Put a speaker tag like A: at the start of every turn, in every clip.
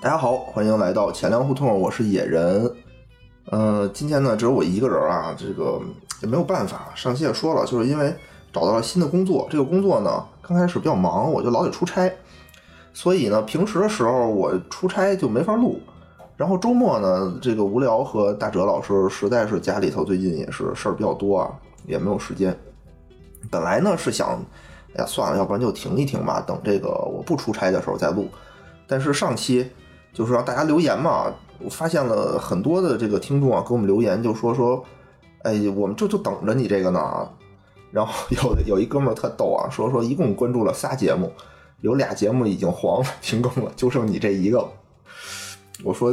A: 大家好，欢迎来到钱粮胡同，我是野人。呃，今天呢只有我一个人啊，这个也没有办法。上期也说了，就是因为找到了新的工作，这个工作呢刚开始比较忙，我就老得出差，所以呢平时的时候我出差就没法录。然后周末呢，这个无聊和大哲老师实在是家里头最近也是事儿比较多啊，也没有时间。本来呢是想，哎呀算了，要不然就停一停吧，等这个我不出差的时候再录。但是上期就是让大家留言嘛，我发现了很多的这个听众啊给我们留言，就说说，哎，我们就就等着你这个呢。啊然后 有的有一哥们儿特逗啊，说说一共关注了仨节目，有俩节目已经黄了停更了，就剩你这一个了。我说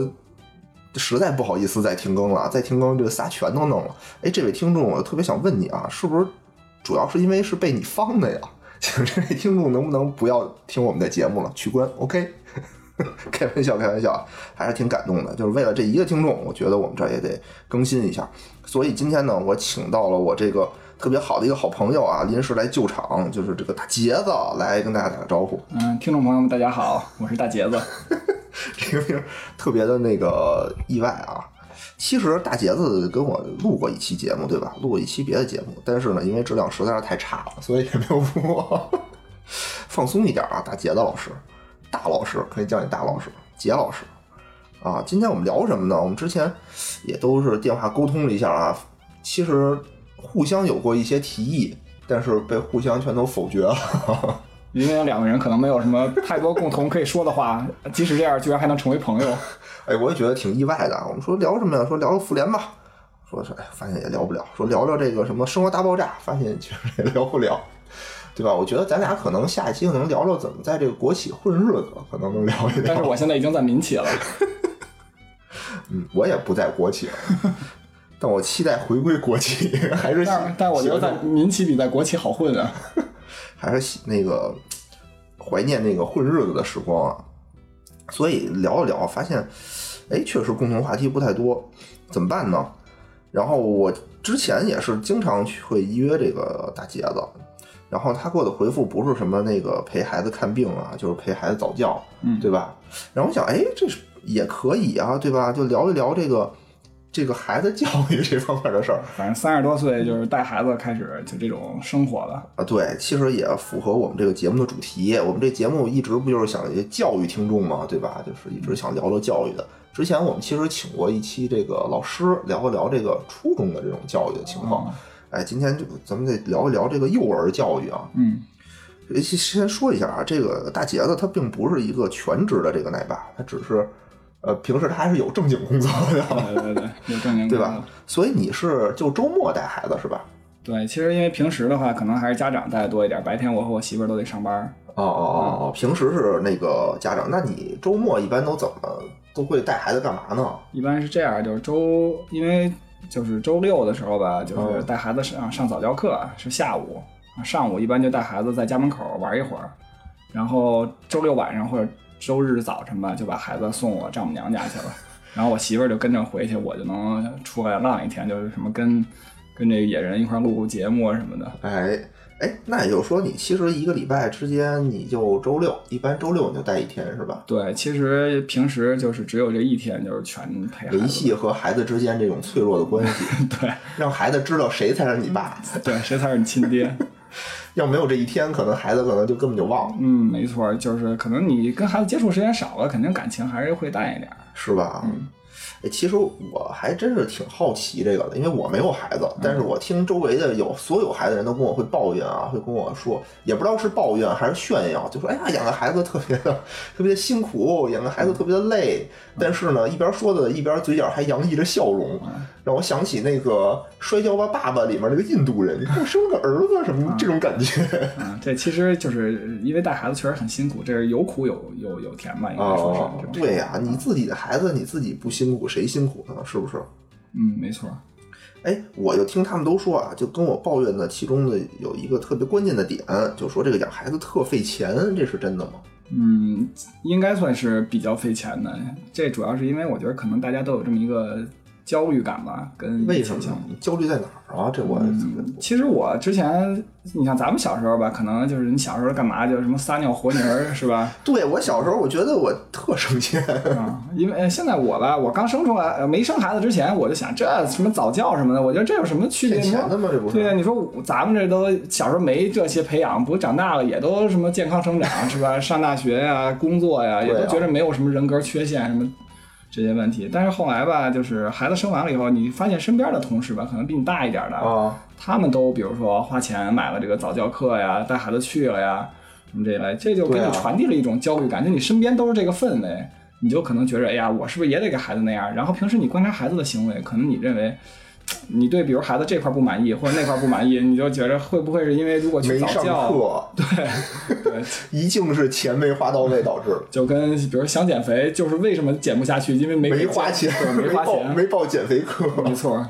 A: 实在不好意思再停更了，再停更这仨全都弄了。哎，这位听众，我特别想问你啊，是不是主要是因为是被你放的呀？ 请这位听众能不能不要听我们的节目了，取关？OK，开玩笑，开玩笑啊，还是挺感动的。就是为了这一个听众，我觉得我们这儿也得更新一下。所以今天呢，我请到了我这个特别好的一个好朋友啊，临时来救场，就是这个大杰子来跟大家打个招呼。
B: 嗯，听众朋友们，大家好，我是大杰子。
A: 这个名儿特别的那个意外啊。其实大杰子跟我录过一期节目，对吧？录过一期别的节目，但是呢，因为质量实在是太差了，所以也没有播。 放松一点啊，大杰子老师，大老师可以叫你大老师，杰老师啊。今天我们聊什么呢？我们之前也都是电话沟通了一下啊，其实互相有过一些提议，但是被互相全都否决了。
B: 因为两个人可能没有什么太多共同可以说的话， 即使这样，居然还能成为朋友。
A: 哎，我也觉得挺意外的啊。我们说聊什么呀？说聊聊妇联吧。说是哎，发现也聊不了。说聊聊这个什么《生活大爆炸》，发现确实也聊不了，对吧？我觉得咱俩可能下一期可能聊聊怎么在这个国企混日子，可能能聊一
B: 但是
A: 聊。
B: 我现在已经在民企了，
A: 嗯，我也不在国企了， 但我期待回归国企， 还是喜
B: 但是但我觉得
A: 喜欢
B: 在民企比在国企好混啊。
A: 还是喜那个怀念那个混日子的时光啊。所以聊了聊，发现，哎，确实共同话题不太多，怎么办呢？然后我之前也是经常去会约这个大杰子，然后他给我的回复不是什么那个陪孩子看病啊，就是陪孩子早教，
B: 嗯
A: 对吧？然后我想，哎，这是也可以啊，对吧？就聊一聊这个这个孩子教育这方面的事儿。
B: 反正三十多岁就是带孩子开始就这种生活了。
A: 啊，对，其实也符合我们这个节目的主题。我们这节目一直不就是想教育听众嘛，对吧？就是一直想聊聊教育的。之前我们其实请过一期这个老师聊一聊这个初中的这种教育的情况。哎，今天就咱们得聊一聊这个幼儿教育啊。
B: 嗯，
A: 先先说一下啊，这个大杰子他并不是一个全职的这个奶爸，他只是呃平时他还是有正经工作的，
B: 哦对对 对，有正经
A: 对
B: 工
A: 吧
B: 作？
A: 所以你是就周末带孩子是吧？
B: 对，其实因为平时的话，可能还是家长带的多一点，白天我和我媳妇儿都得上班。
A: 哦哦哦哦，平时是那个家长，那你周末一般都怎么都会带孩子干嘛呢？
B: 一般是这样，就是周，因为就是周六的时候吧，就是带孩子上上早教课啊是下午，上午一般就带孩子在家门口玩一会儿，然后周六晚上或者周日早晨吧，就把孩子送我丈母娘家去了，然后我媳妇儿就跟着回去，我就能出来浪一天，就是什么跟跟这个野人一块儿录节目啊什么的。
A: 哎哎，那也就是说你其实一个礼拜之间你就周六，一般周六你就带一天是吧？
B: 对，其实平时就是只有这一天，就是全陪孩
A: 维
B: 子。
A: 系和孩子之间这种脆弱的关系，
B: 对
A: 让孩子知道谁才是你爸。
B: 对，谁才是你亲爹？
A: 要没有这一天，可能孩子可能就根本就忘了，
B: 嗯，没错，就是可能你跟孩子接触时间少了，肯定感情还是会淡一点儿。
A: 是吧？
B: 嗯
A: 哎，其实我还真是挺好奇这个的，因为我没有孩子，但是
B: 嗯
A: 我听周围的有所有孩子的人都跟我会抱怨啊，会跟我说，也不知道是抱怨还是炫耀，就说哎呀，养个孩子特别的 特别的辛苦，养个孩子特别的累，
B: 嗯
A: 但是呢，一边说的一边嘴角还洋溢着笑容，
B: 嗯
A: 让我想起那个《摔跤吧，爸爸》里面那个印度人，你给我生个儿子什么这种感觉
B: 嗯，这其实就是因为带孩子确实很辛苦，这是有苦有有有甜吧，应该说是、
A: 哦
B: 这，种。
A: 对呀、你自己的孩子你自己不辛苦，谁辛苦呢？是不是？
B: 嗯，没错。
A: 哎，我就听他们都说啊，就跟我抱怨的其中的有一个特别关键的点，就说这个养孩子特费钱，这是真的吗？
B: 嗯，应该算是比较费钱的。这主要是因为我觉得可能大家都有这么一个焦虑感吧，跟
A: 为
B: 以
A: 什
B: 前
A: 么
B: 相
A: 呢
B: 比。？
A: 焦虑在哪儿啊？这我
B: 嗯其实我之前，你像咱们小时候吧，可能就是你小时候干嘛，就是什么撒尿和泥儿，是吧？
A: 对我小时候，我觉得我特省钱，
B: 啊、因为呃现在我吧，我刚生出来，呃没生孩子之前，我就想这什么早教什么的，我觉得这有什么区别？
A: 骗
B: 你
A: 钱
B: 说
A: 的嘛，这不
B: 对啊，
A: 是？
B: 你说我咱们这都小时候没这些培养，不长大了也都什么健康成长 是吧？上大学呀、工作呀、也
A: 对
B: 都
A: 啊
B: 觉得没有什么人格缺陷什么这些问题。但是后来吧，就是孩子生完了以后，你发现身边的同事吧，可能比你大一点的，
A: 啊，
B: 他们都比如说花钱买了这个早教课呀，带孩子去了呀，什么这一类，这就给
A: 对
B: 你
A: 啊
B: 传递了一种焦虑感，就你身边都是这个氛围，你就可能觉着，哎呀，我是不是也得给孩子那样？然后平时你观察孩子的行为，可能你认为。你对比如孩子这块不满意，或者那块不满意，你就觉着会不会是因为如果去
A: 没
B: 早
A: 上
B: 教，
A: 课，
B: 对，
A: 一定是钱没花到位导致的。
B: 就跟比如想减肥，就是为什么减不下去，因为没
A: 没
B: 没
A: 花钱，
B: 没花
A: 报
B: 钱，
A: 没报减肥课。
B: 没错，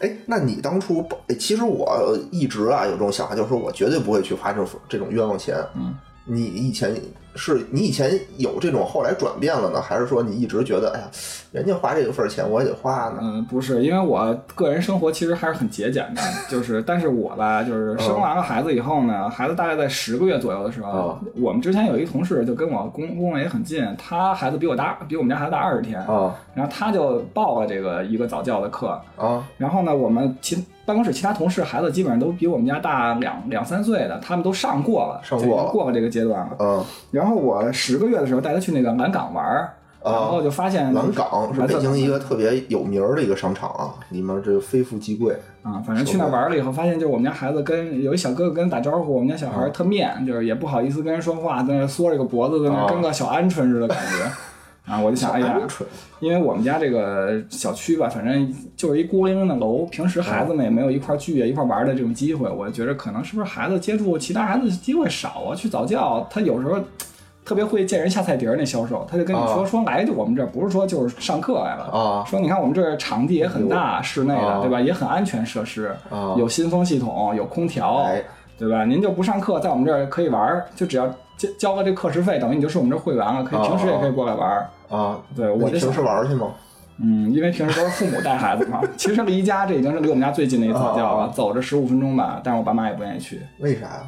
A: 哎，那你当初报，哎其实我呃一直啊有这种想法，就是说我绝对不会去花这种这种冤枉钱。
B: 嗯，
A: 你以前是你以前有这种，后来转变了呢，还是说你一直觉得，哎呀，人家花这个份儿钱我也得花呢？
B: 嗯，不是，因为我个人生活其实还是很节俭的，就是，但是我吧，就是生完了孩子以后呢，孩子大概在十个月左右的时候，
A: 哦
B: 我们之前有一同事就跟我工工位也很近，他孩子比我大，比我们家孩子大二十天，
A: 啊
B: 然后他就报了这个一个早教的课，
A: 啊
B: 然后呢，我们其办公室其他同事孩子基本上都比我们家大两两三岁的，他们都上过了，
A: 上
B: 就已经
A: 过了
B: 过了这个阶段了。
A: 嗯
B: 然后我十个月的时候带他去那个蓝港玩儿，然后
A: 啊！
B: 就发现
A: 蓝港是
B: 蓝
A: 北
B: 色
A: 京一个特别有名儿的一个商场啊，里面这非富即贵。
B: 啊，反正去那玩了以后，发现就是我们家孩子跟有一小哥哥跟他打招呼，我们家小孩
A: 啊
B: 儿特面，就是也不好意思跟人说话，在那缩着个脖子，在那
A: 啊
B: 跟个小鹌鹑似的感觉。啊，我就想，哎呀，
A: 蠢
B: 因为我们家这个小区吧，反正就是一孤零零的楼，平时孩子们也没有一块儿聚啊、一块儿玩儿的这种机会。我觉着可能是不是孩子接触其他孩子的机会少啊？去早教，他有时候特别会见人下菜碟儿。那销售他就跟你说、
A: 啊
B: 说来就我们这儿不是说就是上课来了，
A: 啊
B: 说你看我们这儿场地也很大，室内的
A: 啊
B: 对吧？也很安全设施，
A: 啊！
B: 有新风系统，有空调，
A: 哎
B: 对吧？您就不上课，在我们这儿可以玩儿，就只要交交了这课时费，等于你就是我们这儿会员了，可以
A: 啊
B: 平时也可以过来玩儿。
A: 啊！
B: 对，
A: 你
B: 我就
A: 平
B: 想
A: 时玩儿去吗？
B: 嗯，因为平时都是父母带孩子 嘛，其实离家这已经是离我们家最近的一个
A: 啊
B: 早教了，走着十五分钟吧。但是我爸妈也不愿意去，
A: 为啥呀？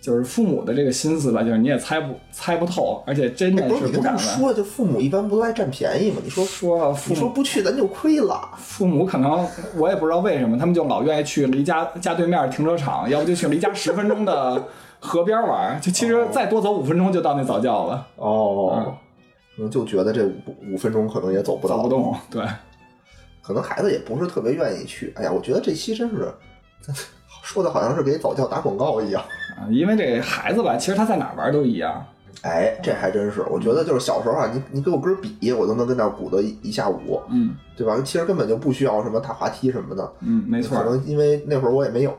B: 就是父母的这个心思吧，就是你也猜不猜不透，而且真的
A: 哎不
B: 是
A: 是你跟他
B: 敢
A: 们
B: 问。
A: 说，就父母一般不都爱占便宜吗？你说
B: 说了父
A: 你说
B: 母，
A: 不去，咱就亏了。
B: 父母可能我也不知道为什么，他们就老愿意去离家家对面停车场，要不就去离家十分钟的河边玩儿。就其实再多走五分钟就到那早教了，
A: 哦，可能就觉得这五五分钟可能也走不
B: 走
A: 到，
B: 不动。对，啊
A: 可能孩子也不是特别愿意去。哎呀，我觉得这期真是，说的好像是给早教打广告一样。
B: 啊，因为这孩子吧，其实他在哪儿玩儿都一样。
A: 哎，这还真是，我觉得就是小时候啊，你你给我根笔，我都能跟那儿鼓捣一一下午，
B: 嗯
A: 对吧？其实根本就不需要什么踏滑梯什么的，
B: 嗯，没错
A: 可。能因为那会儿我也没有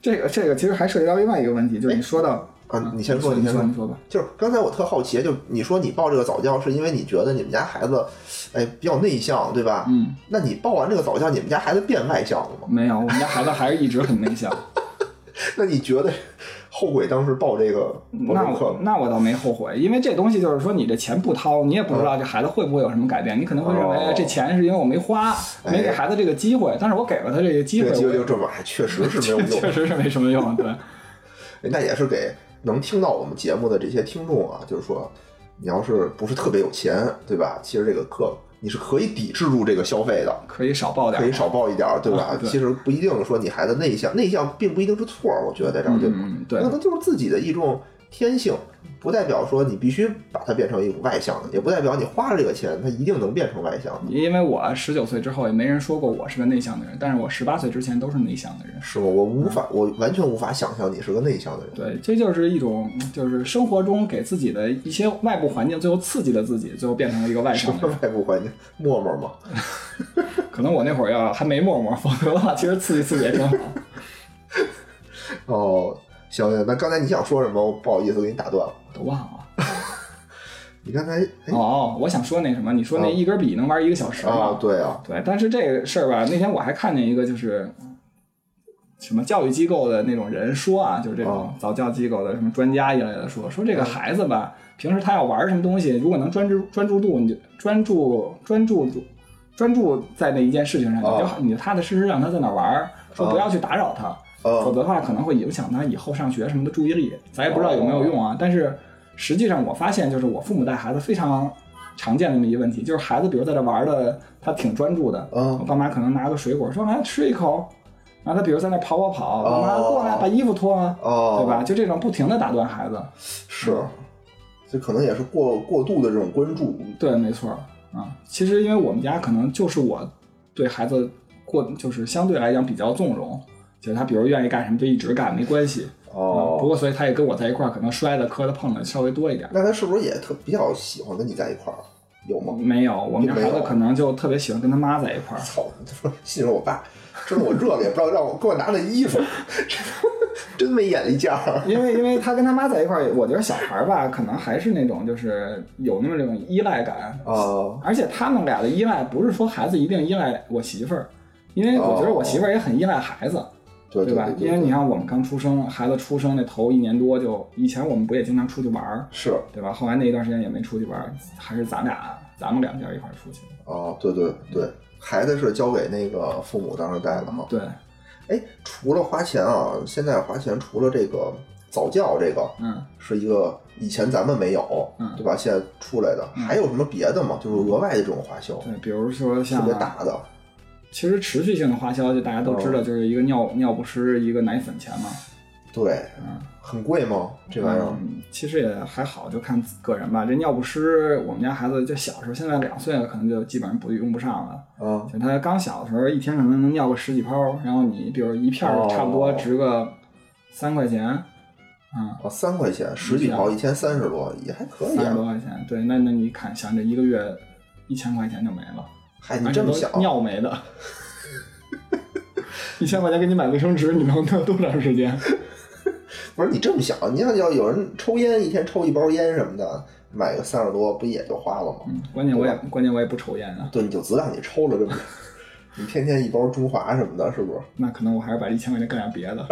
B: 这个这个其实还涉及到另外一个问题，就是你说到，
A: 啊。你先说，
B: 嗯你
A: 先说
B: 说，。你说吧。
A: 就是刚才我特好奇，就你说你报这个早教，是因为你觉得你们家孩子，哎，比较内向，对吧？
B: 嗯，
A: 那你报完这个早教，你们家孩子变外向了吗？
B: 没有，我们家孩子还是一直很内向。
A: 那你觉得后悔当时报这个报
B: 那
A: 这个课
B: 我
A: 吗？
B: 那我倒没后悔，因为这东西就是说，你这钱不掏，你也不知道这孩子会不会有什么改变。你可能会认为哎
A: 哦
B: 这钱是因为我没花，
A: 哎
B: 没给孩子这个机会，但是我给了他这个机
A: 这
B: 会，
A: 个机会
B: 我
A: 就这么，哎，确实是没有用 哎
B: 确。实是没什么 用。对，
A: 那也是给能听到我们节目的这些听众啊，就是说，你要是不是特别有钱，对吧？其实这个课你是可以抵制住这个消费的，
B: 可以少报点儿，
A: 可以少报一点儿，对吧？
B: 啊对
A: 其实不一定说你孩子内向，内向并不一定是错儿，我觉得在这儿，对吧？
B: 嗯，嗯对
A: 可，能就是自己的一种天性，不代表说你必须把它变成一种外向的，也不代表你花了这个钱，它一定能变成外向的，
B: 因为我十九岁之后也没人说过我是个内向的人，但是我十八岁之前都是内向的人。
A: 是吗？我无法，我完全无法想象你是个内向的人。
B: 嗯对，这就是一种，就是生活中给自己的一些外部环境，最后刺激了自己，最后变成了一个外
A: 什
B: 向的
A: 么
B: 人。
A: 外部环境？陌陌吗？
B: 可能我那会儿要还没陌陌，否则的话，其实刺激刺激也挺好。
A: 哦，行行，那刚才你想说什么？我不好意思给你打断了。
B: 都忘了
A: 你刚才哎
B: 哦，我想说那什么，你说那
A: 啊
B: 一根笔能玩一个小时
A: 啊
B: 吗，？
A: 对啊，
B: 对，但是这个事儿吧，那天我还看见一个，就是什么教育机构的那种人说啊，就是这种
A: 哦
B: 早教机构的什么专家一类的说，说这个孩子吧，平时他要玩什么东西，如果能专注专注度，你就专注专注度专注在那一件事情上，你就
A: 哦
B: 你就踏踏实实让他在那玩儿，说
A: 哦
B: 不要去打扰他。否
A: 嗯
B: 则的话可能会影响他以后上学什么的注意力，咱也不知道有没有用啊。但是实际上我发现，就是我父母带孩子非常常见的这么一个问题，就是孩子比如在这玩的，他挺专注的，我
A: 嗯，
B: 爸妈可能拿个水果说来吃一口，然后他比如在那跑跑跑，
A: 哦
B: 我妈过来把衣服脱啊，
A: 哦，
B: 对吧？？嗯就这种不停的打断孩子，
A: 是，这可能也是过过度的这种关注，
B: 对，没错啊。其实因为我们家可能就是我对孩子过就是相对来讲比较纵容，就是他比如愿意干什么就一直干，没关系。嗯不
A: 哦，
B: 过所以他也跟我在一块儿，可能摔的、磕的、碰的稍微多一点。
A: 那他是不是也特比较喜欢跟你在一块儿？啊有吗？
B: 没有，我们家
A: 没
B: 孩
A: 有
B: 子可能就特别喜欢跟他妈在一块儿。
A: 操，你他妈信任我爸，这么我热了也不知道让我给我拿那衣服， 真没眼力见 儿。
B: 因为因为他跟他妈在一块儿，我觉得小孩儿吧，可能还是那种就是有那么这种依赖感，
A: 哦
B: 而且他们俩的依赖不是说孩子一定依赖我媳妇儿，因为我觉得我媳妇儿也很依赖孩子，
A: 对
B: 吧？
A: 对
B: 因为你看我们刚出生，孩子出生那头一年多就，以前我们不也经常出去玩儿，
A: 是
B: 对吧？后来那一段时间也没出去玩儿，还是咱俩咱们两家一块儿出去。
A: 哦，对对对，
B: 嗯
A: 孩子是交给那个父母当时带的哈。
B: 对，
A: 哎，除了花钱啊，现在花钱除了这个早教这个
B: 嗯。
A: 是一个以前咱们没有，
B: 嗯
A: 对吧？现在出来的还有什么别的吗？就是额外的这种花销，
B: 对，比如说
A: 特
B: 像啊
A: 别大哦的
B: 其实持续性的花销，就大家都知道，就是一个尿尿不湿，一个奶粉钱嘛。
A: 对，很贵吗？这玩意儿？
B: 嗯，其实也还好，就看个人吧。这尿不湿，我们家孩子就小时候，现在两岁了，可能就基本上不用不上了。
A: 啊，
B: 就他刚小的时候，一天可能能尿个十几泡，然后你比如一片儿
A: 哦
B: 差不多值个三块钱，嗯，
A: 哦，三块钱，十几泡，一天三十多，也还可以
B: 三十多
A: 啊。
B: 块钱。对，那那你看，想这一个月一千块钱就没了，
A: 嗨，你这么想
B: 啊而且，都尿没的。一千块钱给 你买卫生纸，你能尿多长时间？
A: 不是你这么想，你要要有人抽烟，一天抽一包烟什么的，买个三十多，不也就花了吗？
B: 嗯，关键我也关键我也不抽烟啊，
A: 对，你就只让你抽了，对不对？你天天一包中华什么的，是不是？
B: 那可能我还是把一千块钱干点别的。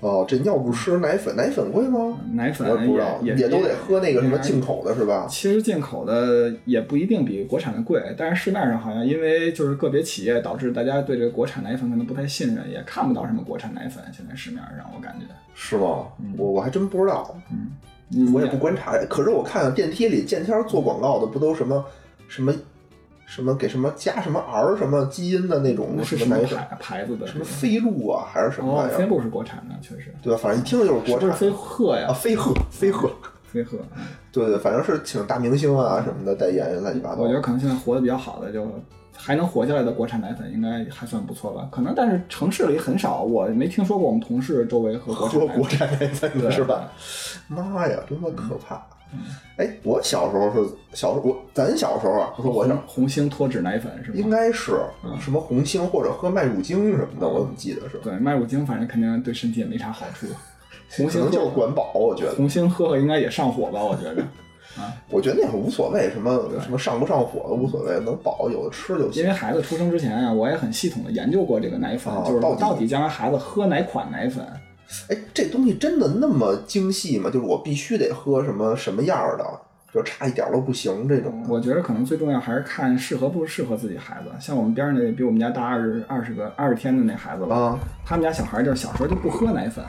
A: 哦，这尿不湿奶粉，奶粉贵吗？嗯
B: 奶
A: 我
B: 粉
A: 也不知道，
B: 也
A: 也都得喝那个什么进。口的，是吧？
B: 其实进口的也不一定比国产的贵，但是市面上好像因为就是个别企业导致大家对这个国产奶粉可能不太信任，也看不到什么国产奶粉。现在市面上我感觉，
A: 是吗
B: 嗯？
A: 我我还真不知道，
B: 嗯
A: 我也不观察。可是我看电梯里见天儿做广告的，不都什么什么什么给什么加什么 R 什么基因的那种
B: 那是
A: 什
B: 什
A: 么
B: 么
A: 奶粉，
B: 牌牌子的？
A: 什么飞鹿啊，还是什么
B: 哦
A: 玩，意
B: 飞
A: 儿？
B: 鹿是国产的，确实。
A: 对吧？反正一听就是国
B: 是不
A: 产
B: 是飞鹤呀
A: 啊，？飞鹤，飞鹤，
B: 飞鹤。
A: 对对，反正是请大明星啊什么的代言，乱七八糟
B: 我觉。得可能现在活得比较好的，就还能活下来的国产奶粉应该还算不错吧。可能但是城市里很少，我没听说过我们同事周围喝国产
A: 喝
B: 奶粉
A: 国。产奶粉
B: 对嗯
A: 的是吧？妈呀，多么可怕！哎，我小时候是小时候，我咱小时候啊，不是我小
B: 红，红星脱脂奶粉是
A: 应
B: 吗？
A: 该是
B: 嗯
A: 什么红星或者喝麦乳精什么的，我怎么记得是？
B: 对，麦乳精反正肯定对身体也没啥好 处。红
A: 可
B: 星
A: 能就是
B: 喝，
A: 管饱，我觉得。
B: 红星喝喝应该也上火吧？我觉 得，
A: 我觉得那会儿无所谓，什么什么上不上火都无所谓，能饱有的吃就
B: 因
A: 行。
B: 为孩子出生之前啊，我也很系统的研究过这个奶粉，
A: 哦
B: 就是
A: 到底
B: 到底将来孩子喝哪款奶粉。
A: 哎，这东西真的那么精细吗？就是我必须得喝什么什么样儿的，就差一点儿都不行这种的。
B: 我觉得可能最重要还是看适合不适合自己孩子。像我们边上那比我们家大二十二十个二十天的那孩子吧，
A: 啊，
B: 他们家小孩就是小时候就不喝奶粉，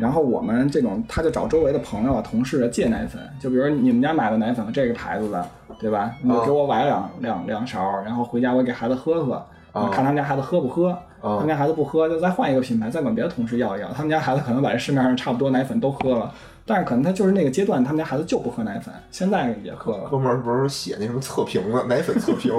B: 然后我们这种他就找周围的朋友啊、同事啊借奶粉，就比如你们家买的奶粉这个牌子的，对吧？你就给我崴两、两两勺，然后回家我给孩子喝喝，
A: 啊
B: 嗯看他们家孩子喝不喝。
A: 啊
B: 他们家孩子不喝，就再换一个品牌，再管别的同事要一要。他们家孩子可能把这市面上差不多奶粉都喝了，但是可能他就是那个阶段，他们家孩子就不喝奶粉，现在也喝了。
A: 哥们儿不是写那什么测评呢？奶粉测 评，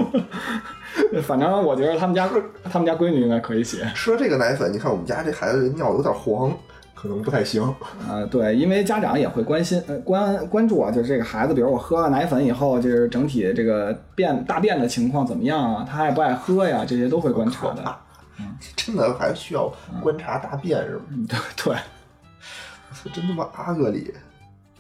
B: 反正我觉得他们家他们家闺女应该可以写。
A: 吃了这个奶粉，你看我们家这孩子尿有点黄，可能不太行。
B: 呃，对，因为家长也会关心、呃、关关注啊，就是这个孩子，比如我喝了奶粉以后，就是整体这个便大便的情况怎么样啊，他爱不爱喝呀，这些都会观察的。
A: 真的还需要观察大便是吗？
B: 嗯，对 对，
A: 真他妈阿哥里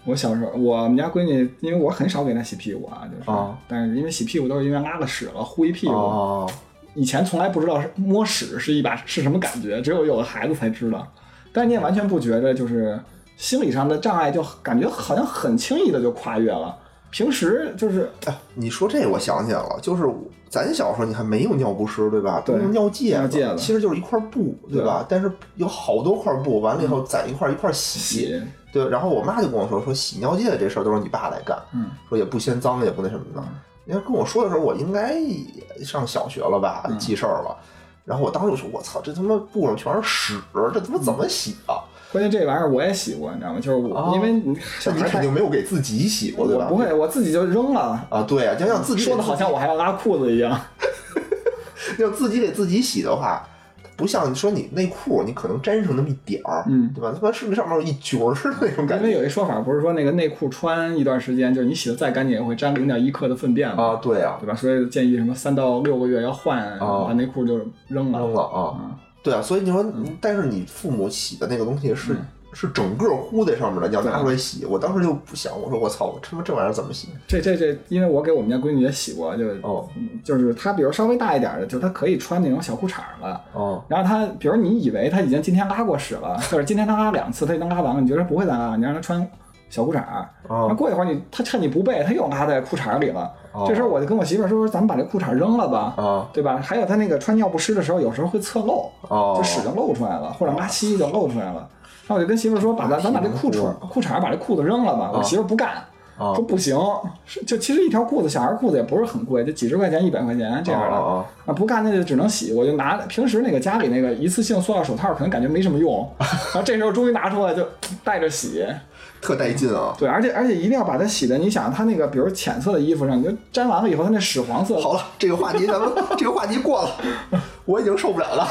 B: 我小时候我们家闺女，因为我很少给她洗屁股啊，就是，
A: 啊
B: 但是因为洗屁股都是因为拉了屎了，呼一屁股，
A: 哦
B: 以前从来不知道是摸屎是一把是什么感觉，只有有了孩子才知道。但你也完全不觉着，就是心理上的障碍，就感觉好像很轻易的就跨越了。平时就是
A: 哎，你说这我想起来了，就是咱小时候你还没有尿不湿，对吧？
B: 对
A: 都是尿介
B: 尿介
A: 子
B: 子
A: 其实就是一块布，对吧？但是有好多块布，完了以后攒一块儿一块儿洗，
B: 洗，
A: 对。然后我妈就跟我说，说洗尿介这事儿都是你爸来干，
B: 嗯，
A: 说也不嫌脏，也不那什么的。人家跟我说的时候，我应该也上小学了吧，记事儿了。然后我当时就说：“我操，这他妈布上全是屎，这他妈怎么洗啊？
B: 关键这玩意儿我也洗过，你知道吗？就是我，
A: 哦
B: 因为你
A: 这
B: 小
A: 你
B: 孩
A: 肯
B: 太
A: 定没有给自己洗过，对
B: 嗯我
A: 吧？
B: 不会，我自己就扔了。
A: 啊，对啊，就像自己
B: 说的好像我还要拉裤子一样，
A: 要自己给自己洗的话，它不像你说你内裤，你可能沾上那么一点儿，
B: 嗯
A: 对吧？他妈是不是上面有一角儿的那种感
B: 因为
A: 觉
B: 有一说法不是说那个内裤穿一段时间，就是你洗的再干净也会沾零点一克的粪便嘛，
A: 啊？对啊，
B: 对吧？所以建议什么三到六个月要换，
A: 哦
B: 把内裤就扔了
A: 扔。了啊，
B: 嗯
A: 对啊，所以你说，但是你父母洗的那个东西是、
B: 嗯
A: 是整个糊在上面的，你要
B: 对
A: 拿出来洗，我当时就不想，我说我操，我他妈这玩意儿怎么洗？
B: 这这这，因为我给我们家闺女也洗过，就嗯
A: 哦
B: 就是她，比如稍微大一点的，就她可以穿那种小裤衩了。
A: 哦
B: 然后她，比如你以为她已经今天拉过屎了，或者今天她拉两次，她就能拉完了，你觉得不会再拉，你让她穿小裤衩儿。那
A: 哦
B: 过一会儿你她趁你不备，她又拉在裤衩里了。
A: 哦
B: 这时候我就跟我媳妇儿说，咱们把这裤衩扔了吧，
A: 哦
B: 对吧？还有她那个穿尿不湿的时候，有时候会侧漏，
A: 哦，
B: 就屎就露出来了，或者拉稀就露出来了。然后我就跟媳妇儿说，把咱咱把这裤
A: 皮
B: 衩
A: 囊
B: 裤衩儿把这裤子扔了
A: 哦
B: 吧。我媳妇儿不干。
A: 啊
B: 说不行，是就其实一条裤子，小孩儿裤子也不是很贵，就几十块钱、一百块钱这样的。
A: 哦
B: 啊，不干那就只能洗，我就拿平时那个家里那个一次性塑料手套，可能感觉没什么 用，然后这时候终于拿出来就带着洗，
A: 特带劲啊！
B: 对，而且而且一定要把它洗的，你想它那个比如浅色的衣服上，你就沾完了以后，它那屎黄色，啊
A: 好了，这个话题咱们这个话题过了，我已经受不了了。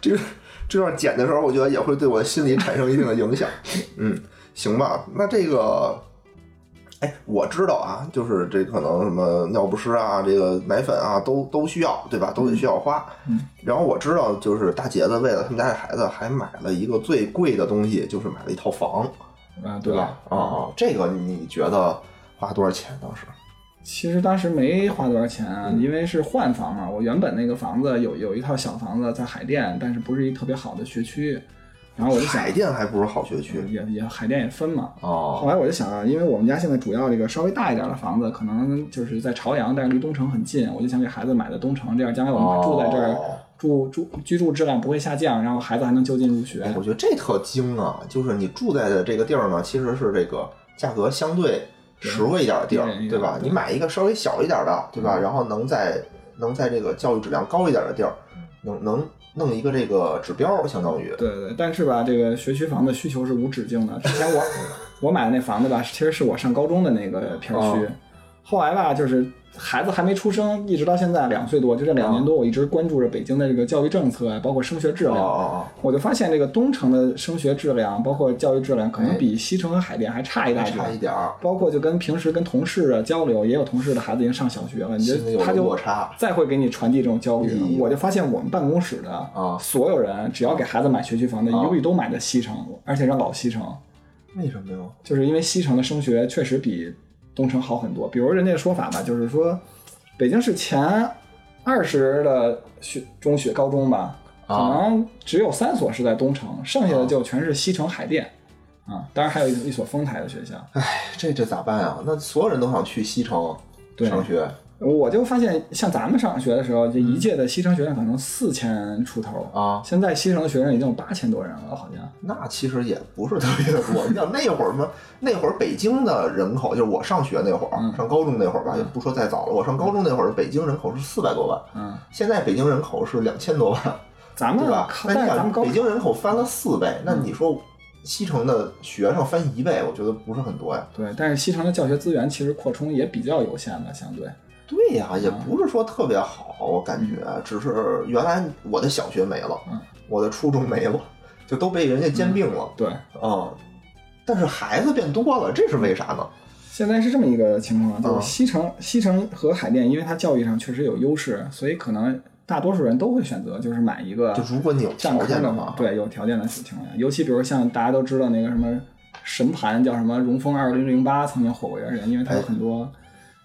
A: 这个这段剪的时候，我觉得也会对我心理产生一定的影响。嗯，行吧，那这个，哎，我知道啊，就是这可能什么尿不湿啊，这个奶粉啊，都都需要，对吧？都得需要花。
B: 嗯
A: 然后我知道，就是大杰子为了他们家的孩子，还买了一个最贵的东西，就是买了一套房，
B: 啊，
A: 对吧？啊、啊，这个你觉得花多少钱当时？
B: 其实当时没花多少钱，啊
A: 嗯
B: 因为是换房嘛。我原本那个房子有有一套小房子在海淀，但是不是一特别好的学区，然后我就想
A: 海淀还不是好学区。
B: 也也海淀也分嘛，后
A: 哦
B: 来我就想啊，因为我们家现在主要这个稍微大一点的房子，可能就是在朝阳，但是离东城很近，我就想给孩子买在东城，这样将来我们住在这儿，
A: 哦
B: 住住居住质量不会下降，然后孩子还能就近入学。
A: 哎我觉得这特精啊！就是你住在的这个地儿呢，其实是这个价格相对实惠一点的地儿
B: 便宜，一点
A: 对吧？
B: 对嗯
A: 你买一个稍微小一点的，对吧？然后能在能在这个教育质量高一点的地儿，能能弄一个这个指标，相当于
B: 对对，但是吧，这个学区房的需求是无止境的。之前我我买的那房子吧，其实是我上高中的那个片儿区，后来吧，就是孩子还没出生，一直到现在两岁多，就这两年多，我一直关注着北京的这个教育政策啊，包括升学质
A: 哦
B: 量。
A: 哦
B: 我就发现这个东城的升学质量，包括教育质量，可能比西城和海淀还差一
A: 哦，
B: 大截。
A: 哎差一点儿，
B: 包括就跟平时跟同事啊交流，也有同事的孩子已经上小学了，你
A: 心里有
B: 就他
A: 个落
B: 就
A: 差。
B: 再会给你传递这种焦虑
A: 哎。
B: 我就发现我们办公室的
A: 啊
B: 所有人，只要给孩子买学区房的，
A: 啊
B: 一律都买的西城，而且是老西城，
A: 为什么呀？
B: 就是因为西城的升学确实比东城好很多。比如人家的说法吧，就是说北京市前二十的学中学、高中吧，可
A: 啊
B: 能只有三所是在东城，剩下的就全是西城、海淀。啊，当然还有一一所丰台的学校，
A: 哎，这这咋办啊？那所有人都想去西城
B: 对
A: 上学，
B: 我就发现，像咱们上学的时候，这一届的西城学生可能四千出头
A: 啊
B: 现在西城的学生已经有八千多人了，好像。
A: 那其实也不是特别的多。你想那会儿嘛，那会儿北京的人口，就是我上学那会儿，
B: 嗯
A: 上高中那会儿吧，就不说再早了。我上高中那会儿，北京人口是四百多万，
B: 嗯，
A: 现在北京人口是两千多万，
B: 咱们
A: 对吧？
B: 靠
A: 那
B: 但
A: 你
B: 是咱
A: 想，
B: 们高嗯
A: 北京人口翻了四倍，那你说西城的学生翻一倍，我觉得不是很多呀。
B: 对，但是西城的教学资源其实扩充也比较有限的，相对。
A: 对呀、也不是说特别好，我感觉，只是原来我的小学没了，
B: 嗯
A: 我的初中没了，就都被人家兼并了
B: 对，
A: 啊、嗯但是孩子变多了，这是为啥呢？
B: 现在是这么一个情况，就
A: 嗯
B: 是西城、西城和海淀，因为它教育上确实有优势，所以可能大多数人都会选择就是买一个
A: 就如果你有
B: 占
A: 条
B: 坑
A: 件
B: 的
A: 的话，
B: 对，有条件的情况下，尤其比如像大家都知道那个什么神盘叫什么荣丰二零零八曾经火过一段时间，因为它有很多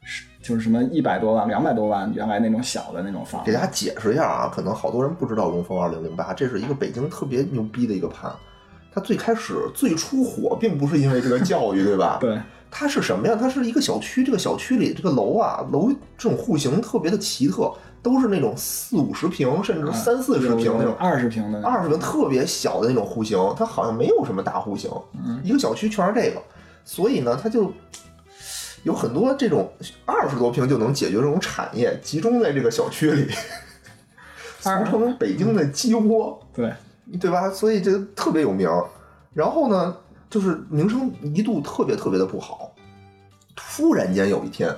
B: 是就是什么一百多万、两百多万，原来那种小的那种房
A: 给
B: 子
A: 大。家解释一下啊，可能好多人不知道龙峰二零零八，这是一个北京特别牛逼的一个盘。它最开始最初火，并不是因为这个教育，对吧？
B: 对，
A: 它是什么呀？它是一个小区，这个小区里这个楼啊，楼这种户型特别的奇特，都是那种四五十平，甚
B: 嗯
A: 至三四十平那种
B: 二十平的那种，
A: 二十平特别小的那种户型，它好像没有什么大户型，
B: 嗯
A: 一个小区全是这个，所以呢，它就有很多这种二十多平就能解决这种产业集中在这个小区里，
B: 二
A: 俗称北京的鸡窝，
B: 对，
A: 对吧？所以这个特别有名。然后呢，就是名声一度特别特别的不好，突然间有一天。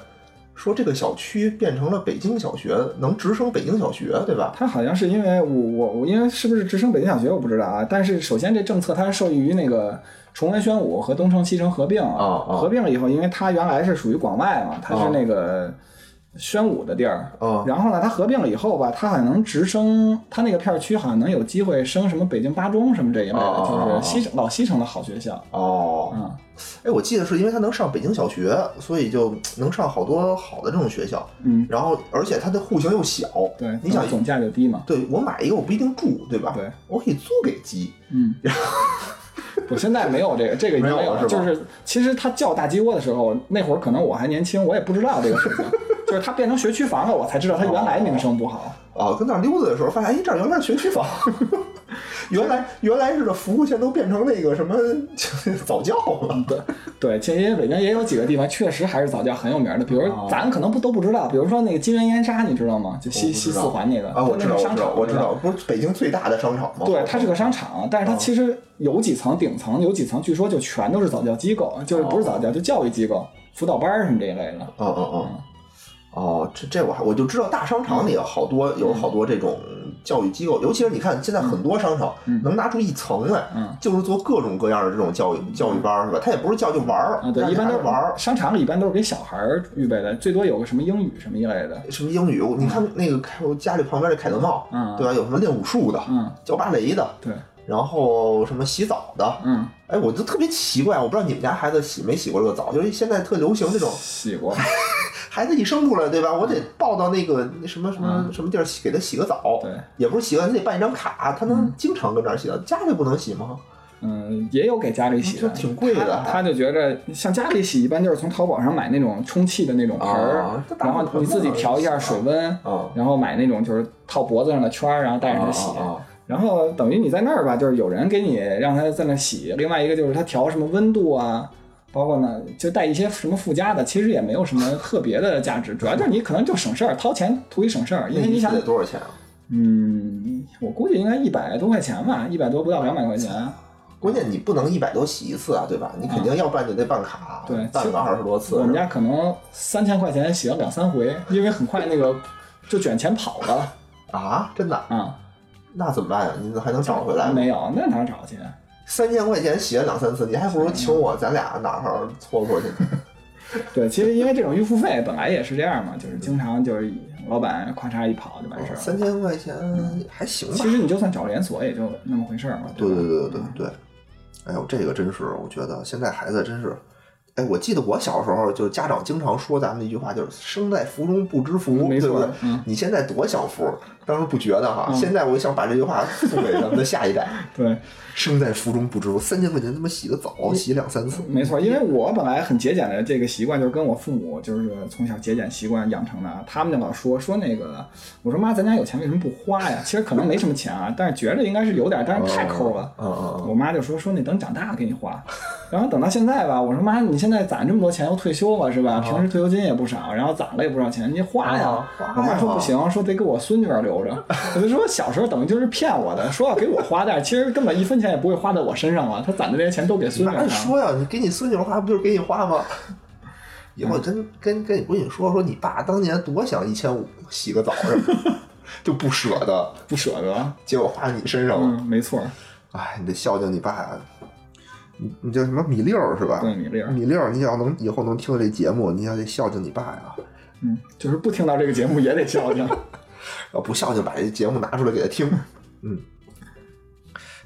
A: 说这个小区变成了北京小学，能直升北京小学，对吧？
B: 它好像是因为我我我因为是不是直升北京小学我不知道啊，但是首先这政策它是受益于那个崇文宣武和东城西城合并
A: 啊啊
B: 合并了以后，因为它原来是属于广外
A: 哦
B: 嘛，它是那个宣武的地儿，
A: 嗯
B: 然后呢它合并了以后吧，它好像能直升它那个片儿区好像能有机会升什么北京八中什么这一类
A: 啊啊
B: 的，
A: 啊啊
B: 就是西城老西城的好学校，
A: 哦，
B: 嗯，
A: 哎，我记得是因为他能上北京小学，所以就嗯能上好多好的这种学校。
B: 嗯，
A: 然后而且它的户型又小，
B: 对，
A: 你想，
B: 总价就低嘛，
A: 对我买一个我不一定住，对吧？
B: 对，
A: 我可以租给鸡。
B: 嗯， 我现在没有这个，这个已经
A: 没有
B: 有
A: 了
B: 了。
A: 是
B: 就
A: 吧
B: 是其实他叫大鸡窝的时候，那会儿可能我还年轻，我也不知道这个事 情。就是他变成学区房了，我才知道他原来名声不好。
A: 啊，跟那儿溜达的时候发现，哎，这儿原来是学区房， 原来原来是这服务线都变成那个什么 早教了。
B: 嗯对对，其实北京也有几个地方确实还是早教很有名的，比如
A: 哦
B: 咱可能不都不知道，比如说那个金源燕莎，你知道吗？就
A: 我
B: 西
A: 不知
B: 西
A: 道
B: 四环那个
A: 啊，我知道，
B: 那是
A: 我
B: 商
A: 知道，
B: 场
A: 我知
B: 对吧
A: 道，哦不是北京最大的商场吗？
B: 对，它是个商场，但是它其实有几层，顶层有几层，据说就全都是早教机构，就是不是
A: 哦
B: 早教，就教育机构、辅导班儿什么这一类的。
A: 嗯嗯嗯，哦，这这我还我就知道大商场里有好多
B: 嗯
A: 有好多这种教育机构，尤其是你看现在很多商场能拿出一层来，
B: 嗯
A: 就是做各种各样的这种教育教育班儿，是吧？他也不是教就玩儿
B: 啊，对，
A: 让
B: 一
A: 你
B: 般
A: 孩
B: 都
A: 子
B: 是
A: 玩儿。
B: 商场里一般都是给小孩儿预备的，最多有个什么英语什么一类的。
A: 什么英语？我你看那个凯，我家里旁边的凯德茂，
B: 嗯
A: 对吧？有什么练武术的，
B: 嗯，
A: 教芭蕾的，
B: 对，
A: 然后什么洗澡的。
B: 嗯，
A: 哎，我就特别奇怪，我不知道你们家孩子洗没洗过这个澡，就是现在特流行这种
B: 洗过，
A: 孩子一生出来，对吧？我得抱到那个那什么什么什么地儿洗给他洗个澡，
B: 嗯对，
A: 也不是洗个，你得办一张卡，他能经常跟这儿洗澡，家里不能洗吗？
B: 嗯，也有给家里洗
A: 这
B: 的，
A: 挺贵的，
B: 他就觉着像家里洗，一般就是从淘宝上买那种充气的那种盆儿
A: 啊这，大
B: 然后你自己调一下水温
A: 嗯，
B: 然后买那种就是套脖子上的圈儿，然后带着它洗
A: 啊。啊
B: 然后等于你在那儿吧，就是有人给你让他在那洗，另外一个就是他调什么温度啊，包括呢就带一些什么附加的，其实也没有什么特别的价值，主要就是你可能就省事儿，掏钱图一省事儿，因
A: 那
B: 为
A: 一
B: 哎你
A: 次
B: 想
A: 得，多少钱啊？
B: 嗯，我估计应该一百多块钱吧，一百多不到两百块钱，
A: 关键你不能一百多洗一次啊，对吧？你肯定要办就得办卡，
B: 对
A: 办个二十多次
B: 我。们家可能三千块钱洗了两三回，因为很快那个就卷钱跑了
A: 啊，真的？
B: 啊，
A: 那怎么办呀？你还能找回来吗？
B: 没有，那哪找去？
A: 三千块钱洗了两三次，你还不如请
B: 嗯
A: 我，咱俩哪儿搓搓去呢？
B: 对，其实因为这种预付费本来也是这样嘛，就是经常就是老板咔嚓一跑就完事儿了。
A: 三千块钱还行吧
B: 其。实你就算找连锁，也就那么回事儿嘛。
A: 对
B: 吧
A: 对对对对。哎呦，这个真是，我觉得现在孩子真是，哎，我记得我小时候就是家长经常说咱们一句话，就是“生在福中不知福”，
B: 没
A: 对不
B: 错
A: 对？
B: 嗯
A: 你现在多享福，当时不觉得哈，
B: 嗯
A: 现在我想把这句话送给咱们的下一代，
B: 对，
A: 生在福中不知福，三千块钱他妈洗个
B: 嗯
A: 澡，洗两三次，
B: 没错。因为我本来很节俭的这个习惯，就是跟我父母就是从小节俭习惯养成的啊。他们就老说说那个，我说妈，咱家有钱为什么不花呀？其实可能没什么钱啊，但是觉着应该是有点，但是太抠了。
A: 嗯嗯
B: 我妈就说说那等长大给你花，然后等到现在吧，我说妈，你现在攒这么多钱又退休了是吧？
A: 嗯
B: 平时退休金也不少，然后攒了也不少钱，你花呀
A: 啊。花呀
B: 我妈说不行，说得给我孙女儿留着。 我就说小时候等于就是骗我的，说要给我花，但是其实根本一分钱也不会花在我身上了，她攒的这些钱都给
A: 嗯，
B: 孙女
A: 哪
B: 儿
A: 里
B: 了。
A: 说呀？你给你孙女花不就是给你花吗？以
B: 嗯
A: 后真跟跟你闺女说说，你爸当年多想一千五洗个澡什么 的，就不舍得。
B: 不舍得，
A: 结果花你身上了。
B: 嗯，没错，
A: 哎，你得孝敬你爸呀。你你叫什么米粒儿是吧？
B: 对米粒儿
A: 米粒儿，你要能以后能听到这节目，你要得孝敬你爸呀。
B: 嗯，就是不听到这个节目也得 孝敬。
A: 要不孝敬，把这节目拿出来给他 听。嗯，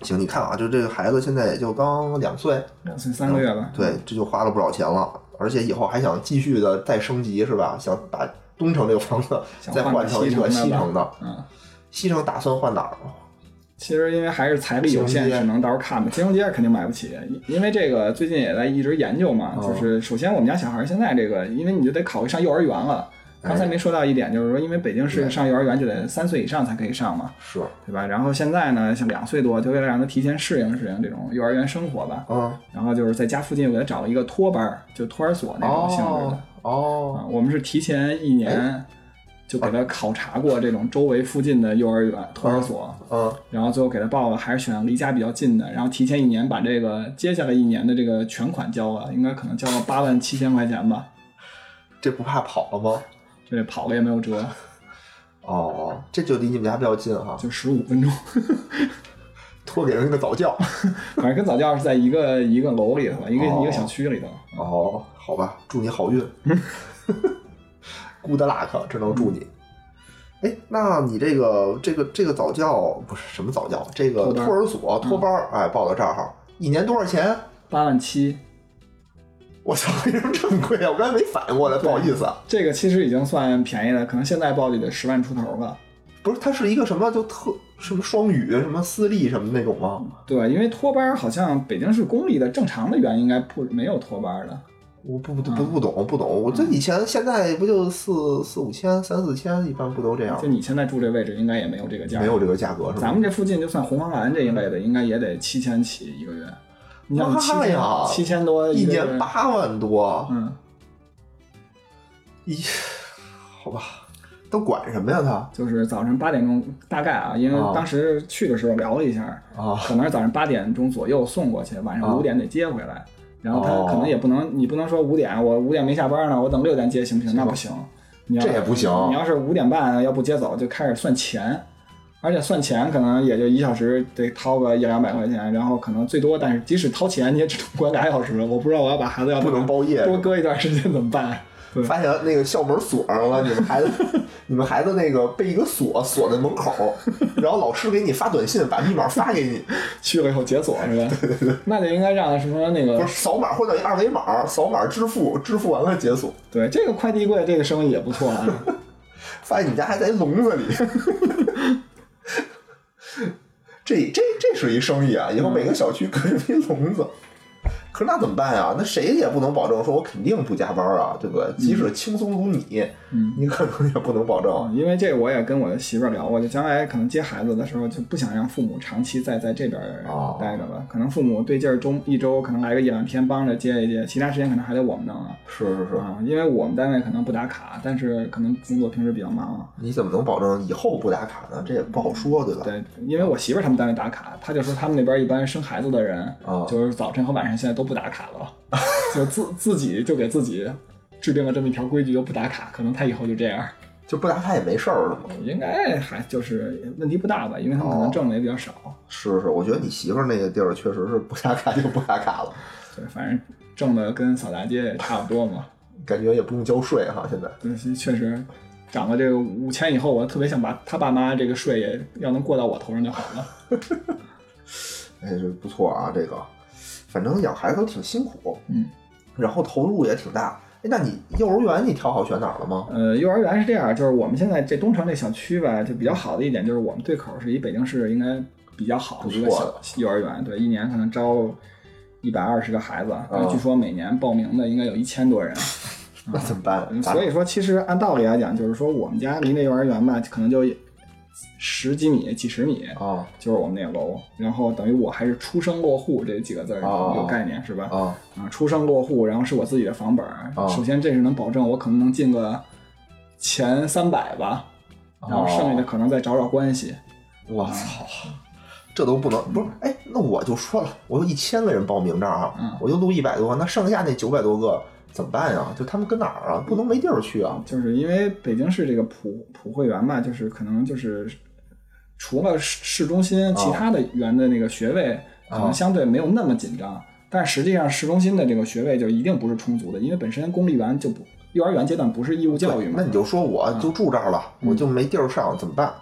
A: 行，你看啊，就这个孩子现在也就刚两岁，
B: 两岁三个月吧，
A: 对，这就花了不少钱了。而且以后还想继续的再升级，是吧？想把东城这个房子
B: 想
A: 再
B: 换
A: 换
B: 个
A: 成
B: 西
A: 一个
B: 城
A: 西
B: 的吧
A: 城的。
B: 嗯，
A: 西城打算换哪儿？
B: 其实因为还是财力有
A: 金
B: 限，
A: 融街
B: 只能到时候看吧。金融街肯定买不起，因因为这个最近也在一直研究嘛。
A: 哦
B: 就是首先我们家小孩儿现在这个，因为你就得考虑上幼儿园了。刚才
A: 哎
B: 没说到一点，就是说，因为北京市
A: 对
B: 上幼儿园就得三岁以上才可以上嘛，
A: 是
B: 对吧？然后现在呢，像两岁多，就为了让他提前适应适应这种幼儿园生活吧。
A: 啊，
B: 然后就是在家附近，我给他找了一个托班儿，就托儿所那种性质的
A: 哦。哎哦，
B: 啊，我们是提前一年就给他考察过这种周围附近的幼儿园、托儿所，
A: 嗯，
B: 然后最后给他报了，还是选离家比较近的，然后提前一年把这个接下来一年的这个全款交了，应该可能交了八万七千块钱吧，
A: 这不怕跑了吗？
B: 这跑了也没有辙，
A: 哦，这就离你们家比较近哈，
B: 就十五分钟，
A: 托给人一个早教。
B: 反正跟早教是在一个一个楼里头吧，一个、
A: 哦
B: 一个小区里头。
A: 哦，好吧，祝你好运。Good luck，只能祝你。
B: 嗯
A: 哎，那你这个这个这个早教不是什么早教，这个
B: 托班嗯
A: 托儿所托班儿，哎，报到这儿哈，一年多少钱？
B: 八万七，
A: 我操， 为什么这么贵啊？我刚才没反应过来，不好意思啊。
B: 这个其实已经算便宜了，可能现在报就得十万出头吧。
A: 不是，它是一个什么就特什么双语什么私立什么那种吗？
B: 对，因为托班儿好像北京市公立的正常的园应该不没有托班儿的。
A: 我不不不
B: 嗯
A: 不懂不懂，我这以前现在不就四四五千三四千，一般不都这样
B: 就
A: 吗？
B: 你现在住这位置，应该也没有这个价。
A: 没有。这个价格是
B: 咱
A: 吗？
B: 们这附近就算红黄蓝这一类的，应该也得七千起一个月。你想
A: 妈
B: 七千
A: 呀
B: 七千多
A: 一
B: 个月
A: 年，八万多，
B: 嗯，
A: 一好吧，都管什么呀他
B: 就是早晨八点钟，大概啊，因为
A: 啊
B: 当时去的时候聊了一下，
A: 啊？
B: 可能是早上八点钟左右送过去，晚上
A: 啊
B: 五点得接回来。然后
A: 哦
B: 他可能也不能，你不能说五点我五点没下班呢，我等六点接行不行？那不行，你要
A: 这也不行
B: 你要是五点半要不接走，就开始算钱，而且算钱可能也就一小时得掏个一两百块钱，然后可能最多，但是即使掏钱你也只能管俩小时。我不知道我要把孩子要
A: 不能包夜
B: 多搁一段时间怎么办？对，
A: 发现那个校门锁上了，你们孩子 你们孩子那个被一个锁锁在门口，然后老师给你发短信，把密码发给你，
B: 去了以后解锁是吧？那就应该让什么那个
A: 不是扫码或者一二维码，扫码支付，支付完了解锁。
B: 对这个快递柜这个生意也不错 啊。
A: 发现你家还在一笼子里。 这这这是一生意啊！以后每个小区各有一笼子。可是那怎么办啊呀？那谁也不能保证说我肯定不加班啊，对不对？即使轻松如你，
B: 嗯
A: 你可能也不能保证。啊
B: 因为这我也跟我的媳妇儿聊过，就将来可能接孩子的时候，就不想让父母长期在在这边儿
A: 哦
B: 待着吧。可能父母对劲儿周一周可能来个一两天帮着接一接，其他时间可能还得我们弄啊。
A: 是是是，
B: 啊，因为我们单位可能不打卡，但是可能工作平时比较忙啊。
A: 你怎么能保证以后不打卡呢？这也不好说，嗯对吧？
B: 对，因为我媳妇儿他们单位打卡，她就说他们那边一般生孩子的人，
A: 哦
B: 就是早晨和晚上现在都不打卡了， 就自自己就给自己制定了这么一条规矩，就不打卡，可能她以后就这样。
A: 就不打卡也没事儿了嘛。
B: 应该还就是问题不大吧，因为他们可能挣的也比较少。
A: 是是，我觉得你媳妇儿那个地儿确实是不打卡就不打卡了，
B: 对，反正挣的跟扫大街也差不多嘛。
A: 感觉也不用交税哈。现在
B: 对，确实涨了这个五千以后，我特别想把他爸妈这个税也要能过到我头上就好了。
A: 哎，这不错啊，这个，反正养孩子都挺辛苦，
B: 嗯，
A: 然后投入也挺大。哎，那你幼儿园你挑好选哪儿了吗？
B: 呃，幼儿园是这样，就是我们现在这东城这小区吧，就比较好的一点就是我们对口是一北京市应该比较好的一个
A: 不
B: 小
A: 错
B: 幼儿园，对，一年可能招一百二十个孩子，但是
A: 啊
B: 据说每年报名的应该有一千多人。
A: 那怎么办？
B: 嗯
A: 咋
B: 所以说，其实按道理来讲，就是说我们家离那幼儿园吧，可能就十几米、几十米，
A: 啊
B: 就是我们那个楼。然后等于我还是出生落户这几个字儿
A: 哦
B: 有概念是吧？
A: 啊
B: 啊，出生落户，然后是我自己的房本儿。
A: 哦
B: 首先，这是能保证我可能能进个前三百吧，然后剩
A: 哦
B: 下的可能再找找关系。
A: 我操，这都不能不是？哎，那我就说了，我有一千个人报名这儿啊，
B: 嗯
A: 我就录一百多，那剩下那九百多个怎么办呀？就他们跟哪儿啊？不能没地儿去啊！
B: 就是因为北京市这个普普惠园吧，就是可能就是除了市市中心，其
A: 啊
B: 他的园的那个学位可能相对没有那么紧张，但实际上市中心的这个学位就一定不是充足的，因为本身公立园就不幼儿园阶段不是义务教育嘛，嗯
A: 那你就说我就住这儿了，我就没地儿上，怎么办？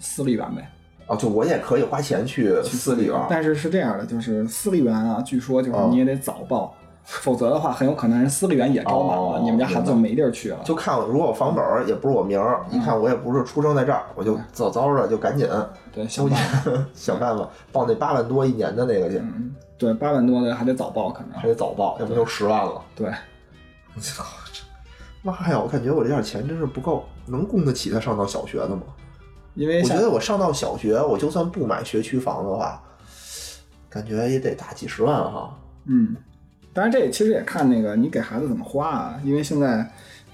B: 私立园呗。
A: 啊，就我也可以花钱去私立园儿啊
B: 啊但是是这样的，就是私立园啊，据说就是你也得早报，否则的话很有可能人私立园也招满了，
A: 哦
B: 你们家孩子就没地儿去了。
A: 就看我，如果我房本儿也不是我名儿，一看我也不是出生在这儿，我就早早的就赶紧
B: 对，小
A: 消去想办法报那八万多一年的那个去，
B: 嗯对八万多的还得早报，可能
A: 还得早报，要不就十万了。
B: 对。
A: 我操！这妈呀！我感觉我这点钱真是不够，能供得起他上到小学的吗？
B: 因为
A: 我觉
B: 像
A: 得我上到小学，我就算不买学区房的话，感觉也得大几十万哈。
B: 嗯，当然这其实也看那个你给孩子怎么花啊，因为现在，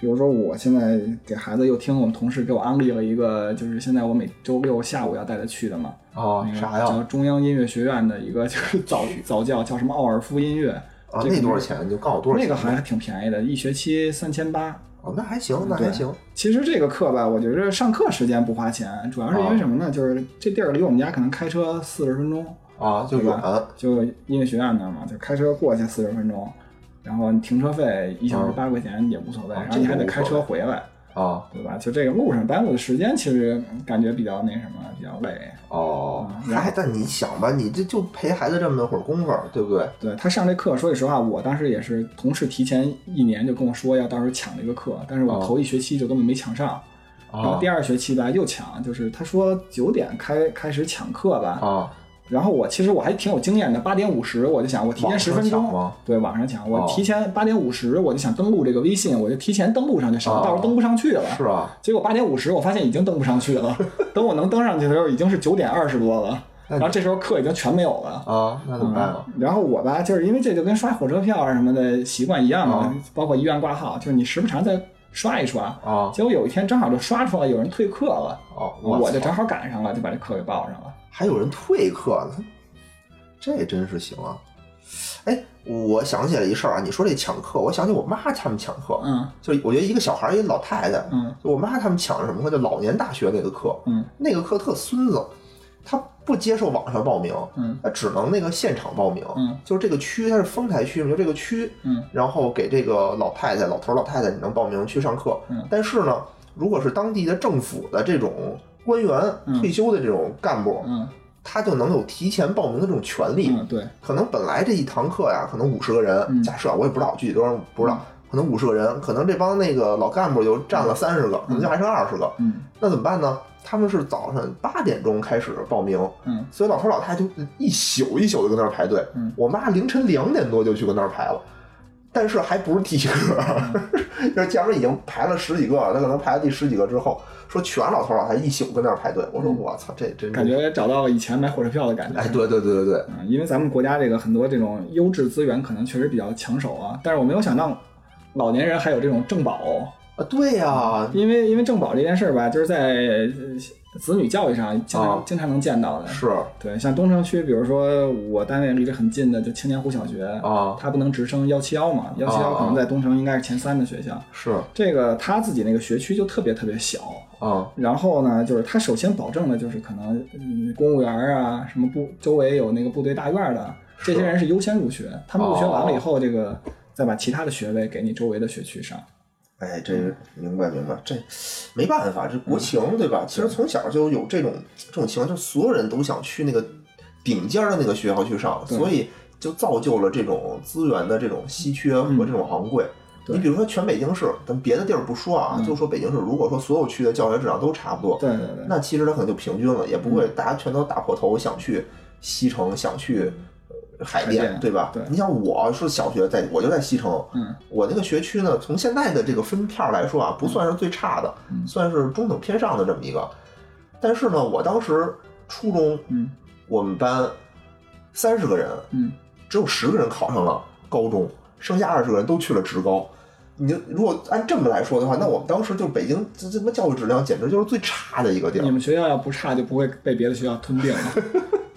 B: 比如说我现在给孩子又听我们同事给我安利了一个，就是现在我每周六下午要带他去的嘛，
A: 哦
B: 那个
A: 啥
B: 叫
A: 呀？
B: 中央音乐学院的一个就是早早教，叫什么奥尔夫音乐，
A: 啊，
B: 这个
A: 那多少钱？你就告诉我多少
B: 那
A: 钱
B: 个
A: 吧？
B: 好像还挺便宜的，一学期三千八。
A: 哦，那还行，那
B: 对
A: 还行。
B: 其实这个课吧，我觉着上课时间不花钱，主要是因为什么呢？就是这地儿离我们家可能开车四十分钟，
A: 啊，就
B: 对
A: 远
B: 吧就音乐学院那儿嘛，就开车过去四十分钟，然后你停车费一小时
A: 嗯
B: 八块钱也无所谓，
A: 啊
B: 然后你还
A: 这
B: 得
A: 个无
B: 开
A: 所
B: 车
A: 谓
B: 回来，
A: 啊。
B: 对吧？就这个路上耽误的时间，其实嗯感觉比较那什么，比较累。
A: 哦
B: 嗯，然后
A: 嗨，但你想吧，你这就陪孩子这么会儿功夫，对不对？
B: 对他上这课，说句实话，我当时也是同事提前一年就跟我说要到时候抢这个课，但是我
A: 哦
B: 头一学期就根本没抢上，然后第二学期吧又抢，就是他说九点开开始抢课吧，
A: 啊，
B: 然后我其实我还挺有经验的，八点五十我就想我提前
A: 网
B: 十
A: 上
B: 分
A: 抢
B: 钟
A: 吗，
B: 对，网上抢，我
A: 哦
B: 提前八点五十我就想登录这个微信，我就提前登录上去，省得
A: 哦
B: 到时候登不上去了。
A: 是啊，
B: 结果八点五十我发现已经登不上 去了，等我能登上去的时候已经是九点二十多了，
A: 那
B: 然
A: 你
B: 后这时候课已经全没有了。嗯
A: 啊，那怎么办啊？
B: 然后我吧，就是因为这就跟刷火车票啊什么的习惯一样嘛，
A: 嗯
B: 包括医院挂号，就是你时不常再刷一刷。
A: 啊，
B: 结果有一天正好就刷出来有人退课了，
A: 哦，
B: 我就
A: 操
B: 正好赶上了，就把这课给报上了。
A: 还有人退课呢，这真是行啊！哎，我想起来一事儿啊，你说这抢课，我想起我妈他们抢课，
B: 嗯
A: 就是我觉得一个小孩儿，一老太太，
B: 嗯
A: 就我妈他们抢什么课，就老年大学那个课，
B: 嗯
A: 那个课特孙子，他不接受网上报名，
B: 嗯
A: 他只能那个现场报名，
B: 嗯
A: 就是这个区它是丰台区嘛，就这个区，
B: 嗯
A: 然后给这个老太太、老头儿、老太太，你能报名去上课。
B: 嗯
A: 但是呢，如果是当地的政府的这种官员、
B: 嗯
A: 退休的这种干部，
B: 嗯
A: 他就能有提前报名的这种权利。
B: 嗯，对，
A: 可能本来这一堂课呀，可能五十个人，
B: 嗯
A: 假设我也不知道具体多少人，不知道，可能五十个人，可能这帮那个老干部就占了三十个，可能就还剩二十个，
B: 嗯
A: 那怎么办呢？他们是早上八点钟开始报名，
B: 嗯
A: 所以老头老太太就一宿一宿的跟那儿排队。
B: 嗯
A: 我妈凌晨两点多就去跟那儿排了，但是还不是第一
B: 嗯
A: 个， 就是假如已经排了十几个了，她可能排到第十几个之后，说全老头老太太一宿跟那儿排队。我说
B: 嗯
A: 我操，这真是
B: 感觉找到了以前买火车票的感觉。
A: 哎，对对对对对，
B: 嗯，因为咱们国家这个很多这种优质资源可能确实比较抢手啊，但是我没有想到老年人还有这种政保。
A: 啊对呀、
B: 因为因为政保这件事儿吧，就是在呃子女教育上经常、
A: 啊
B: 经常能见到的。
A: 是
B: 对，像东城区，比如说我单位离这很近的，就青年湖小学，
A: 啊
B: 它不能直升幺七幺嘛，幺七幺可能在东城应该是前三的学校。
A: 是
B: 这个他自己那个学区就特别特别小，
A: 啊
B: 然后呢，就是他首先保证的就是可能嗯公务员啊，什么部周围有那个部队大院的这些人是优先入学，他们入学完了以后，这个再把其他的学位给你周围的学区上。
A: 哎，这明白明白，这没办法，这
B: 嗯
A: 国情、对吧？其实从小就有这种这种情况，就所有人都想去那个顶尖儿的那个学校去上，
B: 对
A: 所以就造就了这种资源的这种稀缺和这种昂贵。
B: 嗯对
A: 你比如说全北京市，咱别的地儿不说啊，
B: 嗯
A: 就说北京市，如果说所有区的教学质量都差不多，
B: 对嗯对对，
A: 那其实它可能就平均了，也不会大家全都打破头想去西城，想去呃海
B: 海淀
A: 淀，对吧？
B: 对
A: 你像我是小学在，我就在西城，
B: 嗯
A: 我那个学区呢，从现在的这个分片儿来说啊，不算是最差的，
B: 嗯
A: 算是中等偏上的这么一个。但是呢，我当时初中，
B: 嗯
A: 我们班三十个人，
B: 嗯
A: 只有十个人考上了高中，剩下二十个人都去了职高。你就如果按这么来说的话，那我们当时就北京这这他妈教育质量简直就是最差的一个地
B: 你
A: 儿。
B: 们学校要不差，就不会被别的学校吞并了。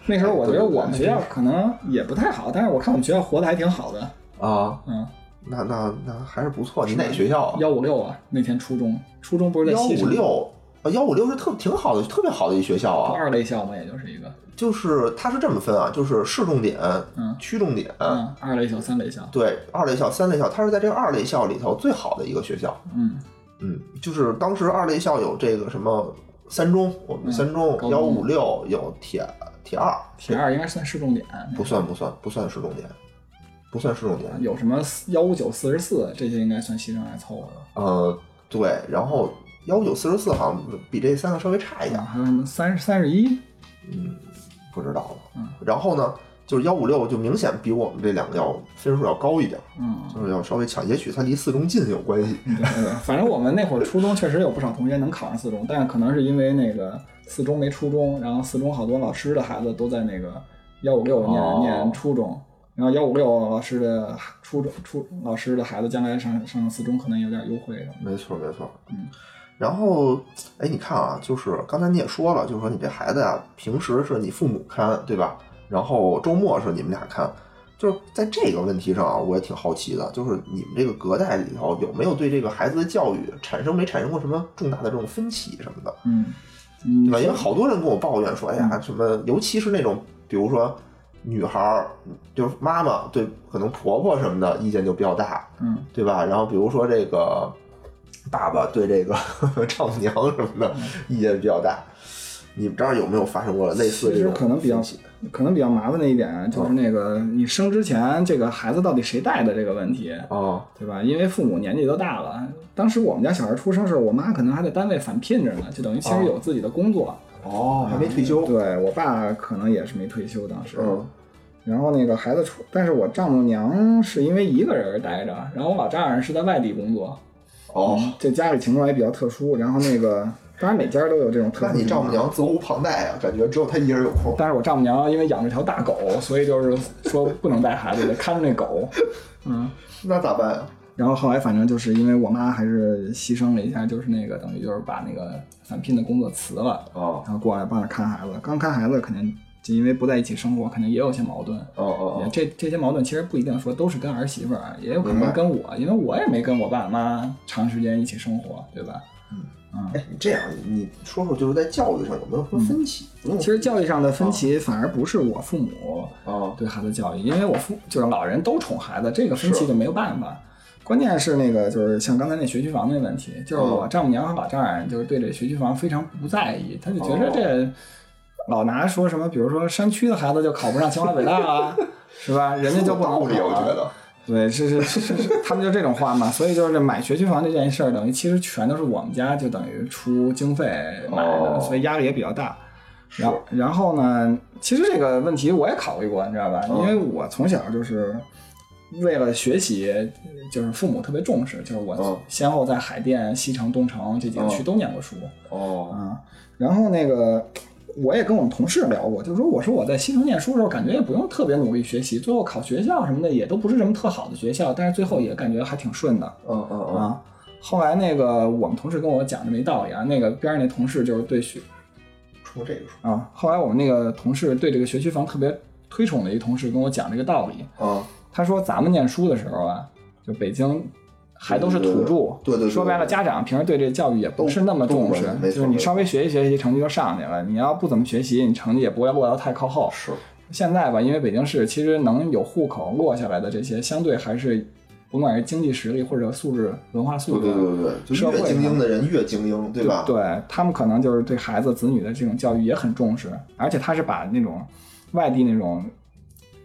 B: 那时候我觉得我们学校可能也不太好，但是我看我们学校活得还挺好的。
A: 啊，
B: 嗯，
A: 那那那还是不错。你哪学校啊？
B: 幺五六啊，那天初中，初中不是在
A: 幺
B: 西
A: 五
B: 城
A: 六啊，幺五六是特挺好的，特别好的一学校啊。
B: 二类校嘛，也就是一个，
A: 就是它是这么分啊，就是市重点、
B: 嗯
A: 区重点，
B: 嗯，二类校、三类校，
A: 对，二类校、三类校，它是在这个二类校里头最好的一个学校。
B: 嗯
A: 嗯，就是当时二类校有这个什么三中，我们三中
B: 嗯高中
A: 幺五六有铁铁二，
B: 铁二应该算市重点，
A: 不算不算不算市重点，不算失重点。
B: 有什么幺五九四十四这些应该算牺牲来凑合的
A: 呃，对，然后幺五九四十四好像比这三个稍微差一点
B: 啊，，还有什么三十三十一，
A: 不知道了。
B: 嗯
A: 然后呢，就是幺五六就明显比我们这两个要分数要高一点，
B: 嗯，
A: 就是要稍微强。也许它离四中近有关系。
B: 对对对，反正我们那会儿初中确实有不少同学能考上四中，但是可能是因为那个四中没初中，然后四中好多老师的孩子都在那个幺五六念、
A: 哦
B: 念初中，然后幺五六老师的初中初老师的孩子将来上上四中可能有点优惠什么的。
A: 没错，没错。
B: 嗯，
A: 然后，哎，你看啊，就是刚才你也说了，就是说你这孩子呀、平时是你父母看，对吧？然后周末是你们俩看，就是在这个问题上啊，我也挺好奇的，就是你们这个隔代里头有没有对这个孩子的教育产生没产生过什么重大的这种分歧什么的，
B: 嗯嗯
A: 对吧？因为好多人跟我抱怨说，哎呀，什么，尤其是那种，比如说女孩儿，就是妈妈对可能婆婆什么的意见就比较大，
B: 嗯，
A: 对吧？然后比如说这个爸爸对这个 丈母娘什么
B: 嗯
A: 的意见比较大，你们这儿有没有发生过类似这
B: 其实
A: 种
B: 可能比较
A: 分歧
B: 可能比较麻烦的一点啊就是那个你生之前这个孩子到底谁带的这个问题，
A: 哦
B: 对吧？因为父母年纪都大了，当时我们家小孩出生时，候，我妈可能还在单位返聘着呢，就等于其实有自己的工作，
A: 哦，还没退
B: 嗯
A: 休，
B: 对我爸可能也是没退休，当时。
A: 嗯
B: 然后那个孩子出，但是我丈母娘是因为一个人待着，然后我老丈人是在外地工作，
A: 哦，
B: 这家里情况也比较特殊。然后那个，当然每家都有这种特殊
A: 那你
B: 情况。
A: 丈母娘责无旁贷啊，感觉只有她一人有空。
B: 但是我丈母娘因为养着条大狗，所以就是说不能带孩子，得看着那狗。嗯，
A: 那咋办呀、啊
B: 然后后来反正就是因为我妈还是牺牲了一下，就是那个等于就是把那个返聘的工作辞了，
A: 哦
B: 然后过来帮着看孩子。刚看孩子肯定就因为不在一起生活，肯定也有些矛盾。
A: 哦
B: 也
A: 哦
B: 这这些矛盾其实不一定说都是跟儿媳妇儿，啊也有可
A: 明
B: 能
A: 白
B: 跟我，因为我也没跟我爸妈长时间一起生活，对吧？
A: 哦，哎，你这样你说说，就是在教育上有没有什么分歧？不用
B: 其实教育上的分歧反而不是我父母
A: 哦
B: 对孩子教育，因为我父就是老人都宠孩子，这个分
A: 是
B: 歧就没有办法。关键是那个就是像刚才那学区房那问题，就是
A: 嗯
B: 我丈母娘和老丈人就是对这学区房非常不在意，他就觉得
A: 哦
B: 这老拿说什么，比如说山区的孩子就考不上清华北大 啊，是吧？人家就不能
A: 道
B: 考
A: 理，我觉
B: 啊。
A: 得。
B: 对，是是是是，是，他们就这种话嘛，所以就是这买学区房这件事儿，等于其实全都是我们家就等于出经费买的，
A: 哦
B: 所以压力也比较大。
A: 是
B: 然后然后呢，其实这个问题我也考虑过，你知道吧？
A: 嗯
B: 因为我从小就是为了学习，就是父母特别重视，就是
A: 嗯
B: 我先后在海淀、西城、东城这几个
A: 嗯
B: 区都念过书
A: 哦
B: 啊。然后那个我也跟我们同事聊过，就是说我说我在西城念书的时候，感觉也不用特别努力学习，最后考学校什么的也都不是什么特好的学校，但是最后也感觉还挺顺的。
A: 嗯嗯嗯
B: 啊。后来那个我们同事跟我讲的没道理啊，那个边上那同事就是对学
A: 出这个数
B: 啊，后来我们那个同事对这个学区房特别推崇的一同事跟我讲这个道理，
A: 啊
B: 他说咱们念书的时候啊，就北京还都是土
A: 对对
B: 著，
A: 对对对对
B: 说白了，家长平时对这教育也不是那么重视
A: 都不，没
B: 就
A: 错
B: 是你稍微学习学习，成绩就上去了。你要不怎么学习，你成绩也不会落得太靠后。
A: 是
B: 现在吧，因为北京市其实能有户口落下来的这些，相对还是甭管是经济实力或者素质、文化素
A: 对
B: 质，
A: 对对对，对就
B: 社会
A: 越
B: 上
A: 精英的人越精英，对吧？
B: 对他们可能就是对孩子子女的这种教育也很重视，而且他是把那种外地那种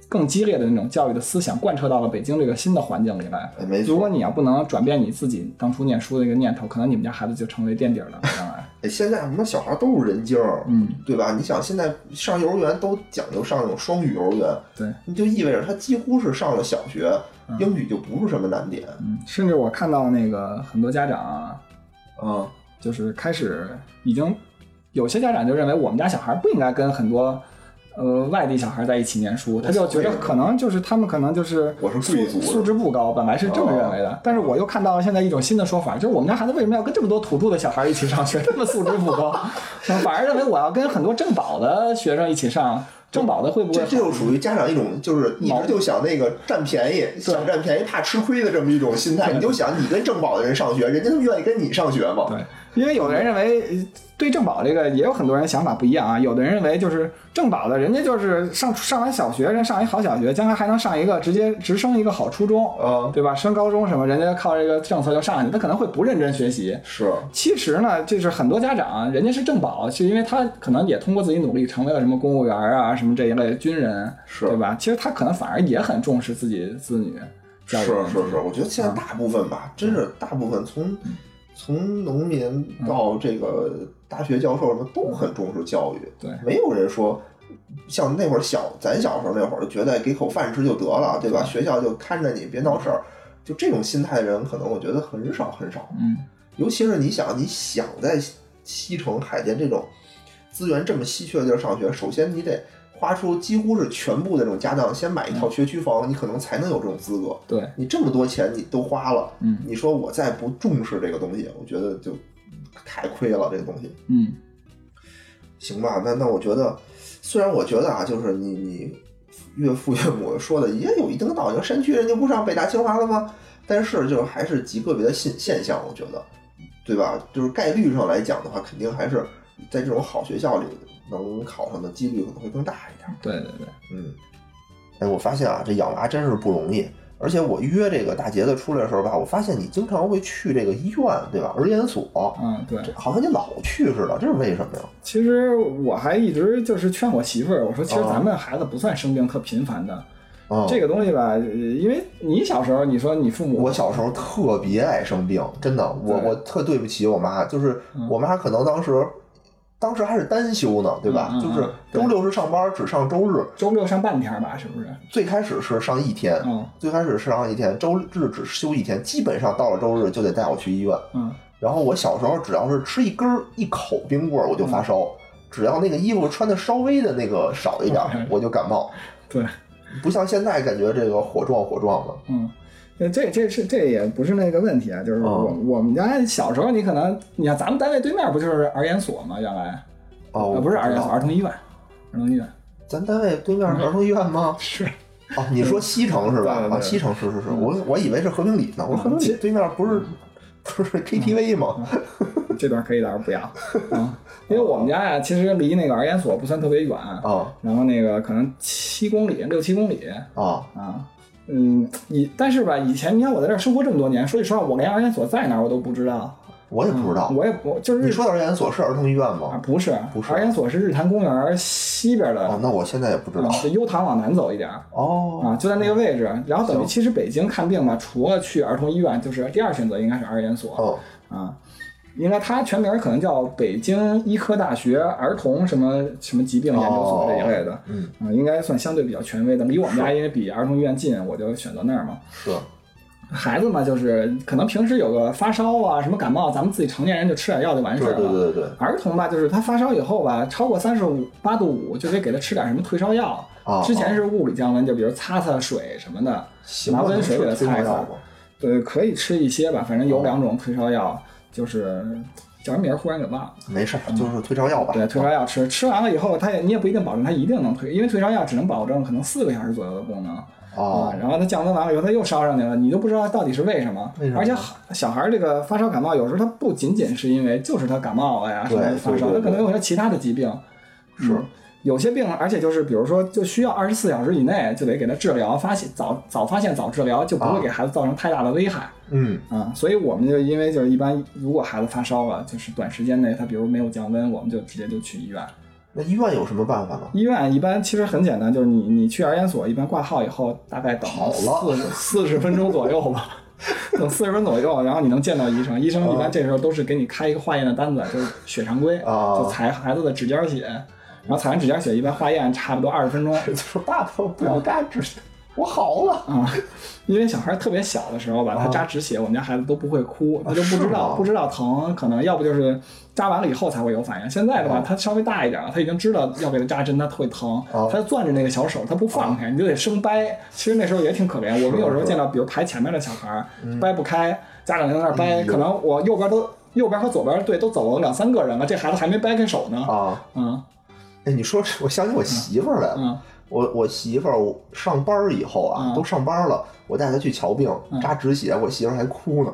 B: 更激烈的那种教育的思想贯彻到了北京这个新的环境里来。
A: 哎没错
B: 如果你要不能转变你自己当初念书的一个念头，可能你们家孩子就成为垫底儿了，将来。
A: 哎，现在什么小孩都是人精，
B: 嗯，
A: 对吧？你想现在上幼儿园都讲究上那种双语幼儿园，
B: 对，
A: 你就意味着他几乎是上了小学，英语就不是什么难点
B: 嗯，甚至我看到那个很多家长啊
A: 啊。
B: 就是开始已经有些家长就认为我们家小孩不应该跟很多呃外地小孩在一起念书，他就觉得可能就是他们可能就是
A: 我是
B: 素
A: 贵族哦
B: 素质不高，本来是这么认为的。但是我又看到了现在一种新的说法，就是我们家孩子为什么要跟这么多土著的小孩一起上学？他们素质不高， 反而认为我要跟很多正保的学生一起上，正保的会不会
A: 这
B: 好？
A: 这就属于家长一种就是一直就想那个占便宜，想占便宜怕吃亏的这么一种心态。你就想你跟正保的人上学，人家他们愿意跟你上学吗？
B: 对，因为有的人认为呃对政保这个也有很多人想法不一样啊，有的人认为就是政保的人家就是上上完小学，人上一好小学，将来还能上一个直接直升一个好初中，
A: 啊，
B: 对吧？升高中什么，人家靠这个政策就上去，他可能会不认真学习。
A: 是，
B: 其实呢，就是很多家长，啊人家是政保，是因为他可能也通过自己努力成为了什么公务员啊，什么这一类军人，
A: 是
B: 对吧？其实他可能反而也很重视自己子女教育啊
A: 是
B: 问题。
A: 是是，我觉得现在大部分
B: 嗯
A: 吧，真是大部分从从农民
B: 嗯
A: 到这个大学教授什么都很重视教育，
B: 对
A: 没有人说像那会儿小咱小时候那会儿就觉得给口饭吃就得了，对吧？学校就看着你别闹事儿，就这种心态的人，可能我觉得很少很少。
B: 嗯，
A: 尤其是你想，你想在西城、海淀这种资源这么稀缺的地儿上学，首先你得花出几乎是全部的这种家当，先买一
B: 嗯
A: 套学区房，你可能才能有这种资格。
B: 对，
A: 你这么多钱你都花了，
B: 嗯
A: 你说我再不重视这个东西，我觉得就太亏了。这个东西，
B: 嗯
A: 行吧？那那我觉得，虽然我觉得啊，就是你你岳父岳母说的也有一定的道理，山区人就不上北大清华了吗？但是就是还是极个别的现现象，我觉得，对吧？就是概率上来讲的话，肯定还是在这种好学校里能考上的几率可能会更大一点。
B: 对对对，
A: 嗯，哎，我发现啊，这养娃真是不容易。而且我约这个大杰子出来的时候吧，我发现你经常会去这个医院，对吧？儿研所，
B: 嗯对。
A: 这好像你老去似的，这是为什么呀？
B: 其实我还一直就是劝我媳妇儿，我说其实
A: 哦
B: 咱们孩子不算生病特频繁的，
A: 嗯，
B: 这个东西吧，呃因为你小时候你说你父母
A: 我小时候特别爱生病，真的，我
B: 对嗯
A: 我特对不起我妈，就是我妈可能当时，当时还是单休呢，对吧？
B: 嗯嗯嗯
A: 就是
B: 对
A: 周六是上班，只上周日。
B: 周六上半天吧，是不是？
A: 最开始是上一天，
B: 嗯
A: 最开始是上一天，周日只休一天，基本上到了周日就得带我去医院。
B: 嗯
A: 然后我小时候只要是吃一根儿一口冰棍儿，我就发烧；
B: 嗯
A: 只要那个衣服穿的稍微的那个少一点儿，我就感冒。
B: 对，
A: 不像现在感觉这个火壮火壮的。
B: 嗯。这这这是这也不是那个问题啊，就是我、
A: 哦
B: 我们家小时候，你可能你看咱们单位对面不就是儿研所吗？原来、
A: 哦，
B: 啊
A: 我
B: 不是儿
A: 知
B: 研
A: 道
B: 所，儿童医院，儿童医院
A: 咱单位对面是儿童医院吗？
B: 是
A: 哦，你说西城是吧？
B: 嗯对对对
A: 啊，西城是是是，我我以为是和平里呢。我说和平
B: 嗯其
A: 里对面不是不是 KTV 吗？
B: 这段可以，到时候不 要啊、嗯因为我们家呀、其实离那个儿研所不算特别远，
A: 啊
B: 然后那个可能七公里六七公里，
A: 啊
B: 啊，嗯，以但是吧，以前你看我在这儿生活这么多年，说句实话，我连儿研所在哪儿我都不知道，
A: 我也不知道。
B: 嗯我也不就是
A: 你
B: 日
A: 说的儿研所是儿童医院
B: 啊
A: 吗？，
B: 不是
A: 啊不是
B: 儿研所是日坛公园西边的，
A: 哦，那我现在也不知道
B: 啊。就悠唐往南走一点儿
A: 哦
B: 啊，就在那个位置。然后等于其实北京看病吧，除了去儿童医院，就是第二选择应该是儿研所
A: 哦
B: 啊。应该它全名可能叫北京医科大学儿童什么什么疾病研究所这一类的，
A: 嗯
B: 啊，应该算相对比较权威的。离我们家因为比儿童医院近，我就选择那儿嘛。
A: 是
B: 孩子嘛，就是可能平时有个发烧啊，什么感冒，咱们自己成年人就吃点药就完事
A: 对
B: 儿了。啊
A: 对对对对
B: 儿童吧，就是他发烧以后吧，超过三十五八度五，就得给他吃点什么退烧药。
A: 啊
B: 之前是物理降温，就比如擦擦水什么的，
A: 行
B: 拿
A: 吧，
B: 温
A: 能
B: 水给
A: 吃退
B: 他擦
A: 烧
B: 一擦
A: 药吗？
B: 对，可以吃一些吧，反正有两种退烧药，就是叫什么名儿忽然给忘了。
A: 没事儿，就是退烧药吧。啊
B: 对，退烧药吃，吃完了以后，他也你也不一定保证他一定能退，因为退烧药只能保证可能四个小时左右的功能。啊
A: 哦，，
B: 然后它降温完了以后，它又烧上去了，你就不知道到底是为什么。
A: 为什么
B: 而且好小孩儿这个发烧感冒，有时候他不仅仅是因为就是他感冒了呀什
A: 对
B: 么发烧，
A: 对对
B: 他可能有些其他的疾病。
A: 是
B: 嗯有些病，而且就是比如说，就需要二十四小时以内就得给他治疗，发现早早发现早治疗，就不
A: 啊
B: 会给孩子造成太大的危害。
A: 嗯，
B: 啊，所以我们就因为就是一般，如果孩子发烧了，就是短时间内他比如没有降温，我们就直接就去医院。
A: 那医院有什么办法呢？
B: 医院一般其实很简单，就是你你去儿研所，一般挂号以后大概等
A: 好
B: 四四十分钟左右吧， 等四十分钟左右，然后你能见到医生。医生一般这时候都是给你开一个化验的单子，就是血常规，
A: 啊
B: 就采孩子的指尖血，然后采完指尖血一般化验差不多二十分钟。
A: 就说爸爸，我不想扎纸，我好了。
B: 啊、因为小孩特别小的时候吧，他扎止血，我们家孩子都不会哭，他就不知
A: 啊是吗
B: 道不知道疼，可能要不就是扎完了以后才会有反应。现在的
A: 啊
B: 话，他稍微大一点了，他已经知道要给他扎针，他会疼
A: 哦，
B: 他攥着那个小手，他不
A: 啊
B: 放开，你就得生掰。其实那时候也挺可怜，我们有时候见到，比如排前面的小孩儿
A: 嗯
B: 掰不开，家长在那儿
A: 哎
B: 掰，
A: 呦
B: 可能我右边都右边和左边对都走了两三个人了，这孩子还没掰开手呢。
A: 啊，
B: 嗯
A: 哎，你说这我想起我媳妇儿来了。
B: 嗯
A: 我我媳妇儿我上班儿以后啊，
B: 嗯
A: 都上班了，我带她去瞧病
B: 嗯
A: 扎止血，我媳妇儿还哭呢，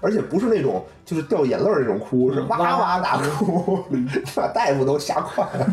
A: 而且不是那种就是掉眼泪儿那种哭，是
B: 嗯
A: 哇
B: 哇
A: 哇嗯大哭， 把大夫都吓坏了。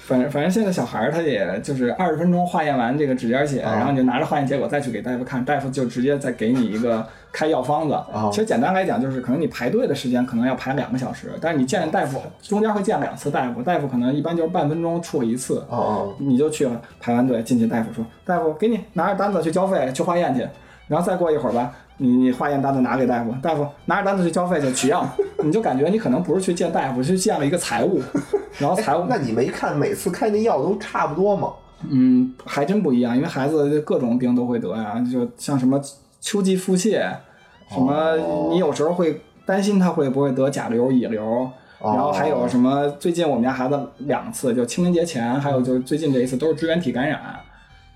B: 反正反正现在小孩儿他也就是二十分钟化验完这个指尖血，
A: 啊
B: 然后你就拿着化验结果再去给大夫看，大夫就直接再给你一 个开药方子。
A: 啊
B: 其实简单来讲，就是可能你排队的时间可能要排两个小时，但是你见大
A: 啊
B: 夫中间会见两次大夫，大夫可能一般就是半分钟处理一次。
A: 哦哦，
B: 你就去了，排完队进去，大夫说：“大夫，给你拿着单子去交费去化验去。”然后再过一会儿吧，你你化验单子拿给大夫，大夫拿着单子去交费去取样，你就感觉你可能不是去见大夫，是见了一个财务，然后财务
A: 啊那你没看每次开那药都差不多吗？
B: 嗯还真不一样，因为孩子各种病都会得呀，就像什么秋季腹泻，什么
A: 哦
B: 你有时候会担心他会不会得甲流、乙流。
A: 哦
B: 然后还有什么？最近我们家孩子两次，就清明节前，还有就是最近这一次都是支原体感染。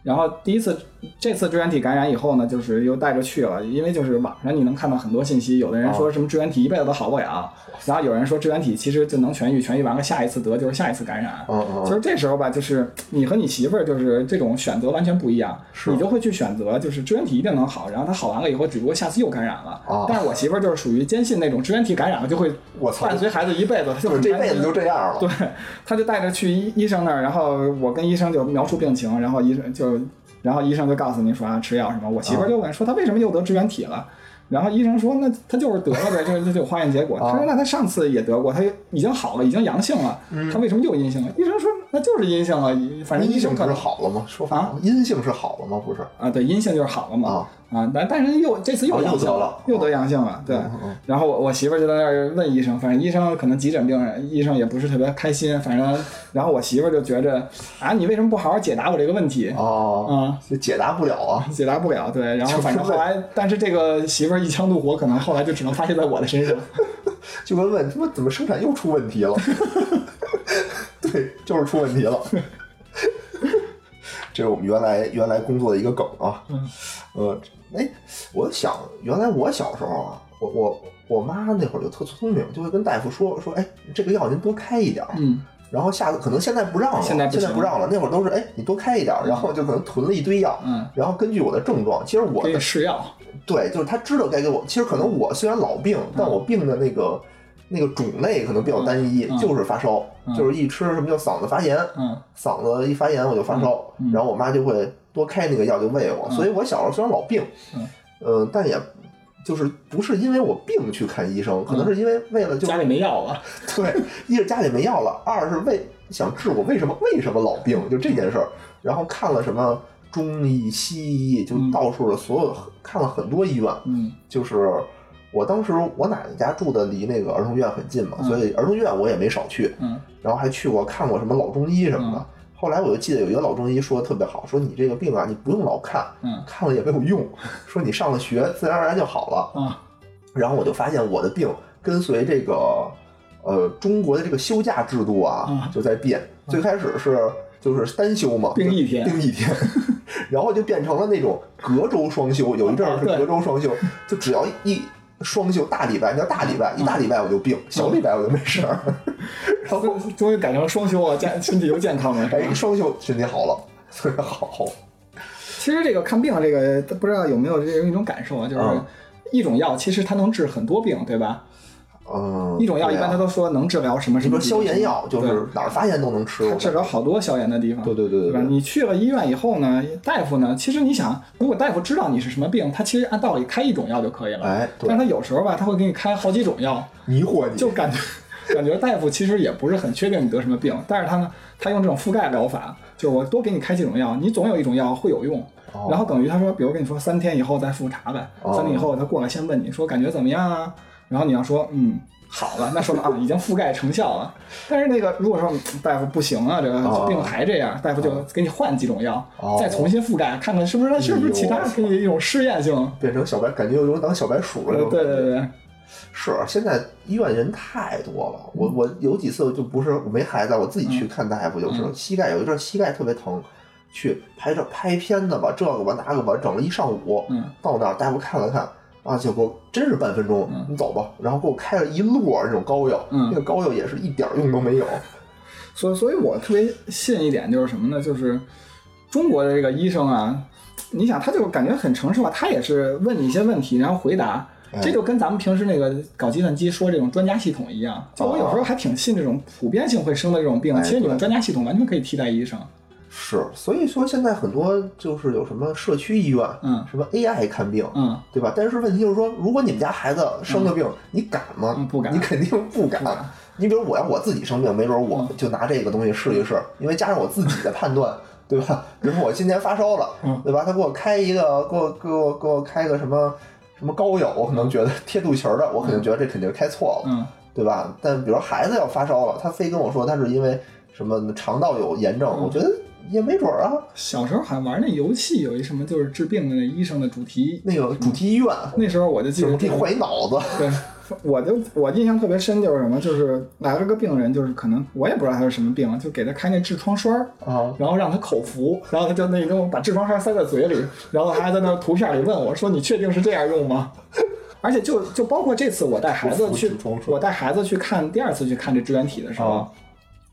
B: 然后第一次，这次支原体感染以后呢，就是又带着去了，因为就是网上你能看到很多信息，有的人说
A: 哦
B: 什么支原体一辈子都好不了，然后有人说支原体其实就能痊愈，痊愈完了下一次得就是下一次感染。
A: 嗯嗯
B: 就是这时候吧，就是你和你媳妇儿就是这种选择完全不一样，
A: 是
B: 你就会去选择，就是支原体一定能好，然后它好完了以后，只不过下次又感染了。
A: 哦
B: 但是我媳妇儿就是属于坚信那种支原体感染了就会
A: 我操
B: 伴随孩子一辈子，她
A: 就
B: 就
A: 是
B: 很
A: 这
B: 担
A: 辈
B: 心
A: 子就这样了。
B: 对，他就带着去医医生那儿，然后我跟医生就描述病情，然后医生就，然后医生就告诉你说啊吃药什么。我媳妇儿就问说她为什么又得支原体了，然后医生说那她就是得了呗，这这就有化验结果。
A: 啊
B: 他说那她上次也得过，她已经好了，已经阳性了，她为什么又阴性了？医生说那就是阴性了，反正
A: 阴
B: 医
A: 性
B: 生
A: 不
B: 嗯可
A: 是
B: 能
A: 好了吗？说反
B: 啊
A: 了，阴性是好了吗？不是
B: 啊，对，阴性就是好了嘛。啊，但但是又这次又
A: 哦
B: 阳性
A: 又得了嗯
B: 又得阳性了，对。然后我我媳妇儿就在那儿问医生，反正医生可能急诊病人，医生也不是特别开心，反正然后我媳妇儿就觉着啊，你为什么不好好解答我这个问题？
A: 哦，
B: 啊，
A: 就解答不了啊。
B: 解答不了，对。然后反正
A: 就是
B: 后来，但是这个媳妇儿一腔怒火，可能后来就只能发泄在我的 身上。
A: 就跟问他妈怎么生产又出问题了， 对，就是出问题了。 这是我们原来原来工作的一个梗啊。
B: 嗯
A: 呃，哎，我想原来我小时候啊，我我我妈那会儿就特聪明，就会跟大夫说说，哎，这个药您多开一点儿。
B: 嗯，
A: 然后下次可能现在不让了，
B: 现
A: 现
B: 在不行
A: 不让了。那会儿都是哎，你多开一点儿，然后就可能囤了一堆药，
B: 嗯，
A: 然后根据我的症状，其实我
B: 可以
A: 的
B: 试药。
A: 对，就是他知道该给我。其实可能我虽然老病，
B: 嗯
A: 但我病的那个那个种类可能比较单一，
B: 嗯嗯
A: 就是发烧，
B: 嗯
A: 就是一吃什么叫嗓子发炎，
B: 嗯
A: 嗓子一发炎我就发烧，
B: 嗯嗯
A: 然后我妈就会多开那个药就喂我。所以我小时候虽然老病，
B: 嗯
A: 呃，但也就是不是因为我病去看医生，可
B: 嗯
A: 能是因为为了就
B: 家里没药了。
A: 对，一是家里没药了，二是为想治我为什么为什么老病，就这件事儿。然后看了什么中医、西医，就
B: 嗯
A: 到处的所有看了很多医院。
B: 嗯
A: 就是我当时我奶奶家住的离那个儿童医院很近嘛，
B: 嗯
A: 所以儿童医院我也没少去，
B: 嗯
A: 然后还去过看过什么老中医什么的。
B: 嗯
A: 后来我就记得有一个老中医说的特别好，说你这个病啊，你不用老看，
B: 嗯
A: 看了也没有用，说你上了学自然而然就好了。
B: 啊
A: 然后我就发现我的病跟随这个呃中国的这个休假制度啊
B: 嗯
A: 就在变，最开始是就是单休嘛，
B: 病一天
A: 病一天， 然后就变成了那种隔周双休，有一阵儿是
B: 啊对
A: 隔周双休，就只要一。双休大礼拜，那大礼拜一大礼拜我就病，小
B: 嗯
A: 礼拜我就没事儿。然后
B: 终终于改成双休了，健身体又健康了，是吧
A: 哎，？双休身体好了，特别好。
B: 其实这个看病这个，不知道有没有这种一种感受啊，就是
A: 嗯
B: 一种药其实它能治很多病，对吧？
A: 嗯，
B: 一种药一般它
A: 对啊
B: 都说能治疗什么什
A: 你说
B: 么疾病，
A: 消炎药就是
B: 对
A: 哪儿发炎都能吃，
B: 它治疗好多消炎的地方，
A: 对对对对
B: 吧？
A: 对
B: 你去了医院以后呢，大夫呢，其实你想，如果大夫知道你是什么病，他其实按道理开一种药就可以了，
A: 哎对
B: 但他有时候吧，他会给你开好几种药，
A: 迷惑你。
B: 就感觉 感觉大夫其实也不是很确定你得什么病，但是他呢，他用这种覆盖疗法，就是我多给你开几种药，你总有一种药会有用。
A: 哦
B: 然后等于他说，比如跟你说三天以后再复查呗，
A: 哦
B: 三天以后他过来先问你说感觉怎么样啊，然后你要说嗯。好了，那说 明啊，已经覆盖成效了。但是那个，如果说嗯大夫不行啊，这
A: 哦
B: 个病还这样，大夫就给你换几种药，
A: 哦
B: 再重新覆盖，看看是不是是不是其他
A: 哎呦
B: 可以一种试验性。
A: 变成小白，感觉有种当小白鼠了。
B: 呃对对，对，
A: 是现在医院人太多了。我
B: 嗯
A: 我有几次就不是我没孩子，我自己去看大夫，有
B: 嗯
A: 时候膝盖有一阵儿膝盖特别疼，去拍照拍片子吧，这个吧那个吧，整了一上午。
B: 嗯，
A: 到那儿大夫看了看。啊，结果真是半分钟
B: 嗯，
A: 你走吧。然后给我开了一摞那种膏药，
B: 嗯
A: 那个膏药也是一点儿用都没有。
B: 所以所以我特别信一点就是什么呢？就是中国的这个医生啊，你想他就感觉很诚实化，他也是问你一些问题，然后回答。
A: 哎
B: 这就跟咱们平时那个搞计算机说这种专家系统一样，就我有时候还挺信这种普遍性会生的这种病，
A: 哎
B: 其实你们
A: 对
B: 专家系统完全可以替代医生。
A: 是，所以说现在很多就是有什么社区医院，
B: 嗯
A: 什么 AI 看病，
B: 嗯，
A: 对吧？但是问题就是说，如果你们家孩子生了病，你敢吗？
B: 嗯不敢
A: 你肯定不敢。
B: 不敢
A: 你比如我要我自己生病，没准我就拿这个东西试一试，因为加上我自己的判 断，对吧？比如说我今年发烧了，
B: 嗯
A: 对吧？他给我开一个，给我给我给我开个什么什么膏药，我可能觉得贴肚脐儿的，我肯定觉得这肯定是开错了，
B: 嗯
A: 对吧？但比如孩子要发烧了，他非跟我说他是因为什么肠道有炎症，
B: 嗯
A: 我觉得也没准儿啊。
B: 小时候好像玩那游戏，有一什么就是治病的那医生的主题，
A: 那个主题医院，
B: 那时候我就记
A: 什
B: 得
A: 么给
B: 这
A: 你
B: 个。
A: 换一脑子，
B: 对，我就我印象特别深就是什么，就是来了个病人，就是可能我也不知道他是什么病，就给他开那痔疮栓儿。
A: 啊，
B: 然后让他口服，然后他就那种把痔疮栓塞在嘴里，然后他还在那图片里问我说：“你确定是这样用吗？” 而且就就包括这次我带孩子去
A: 口服痔疮，栓
B: 我带孩子去看第二次去看这支原体的时候，
A: 啊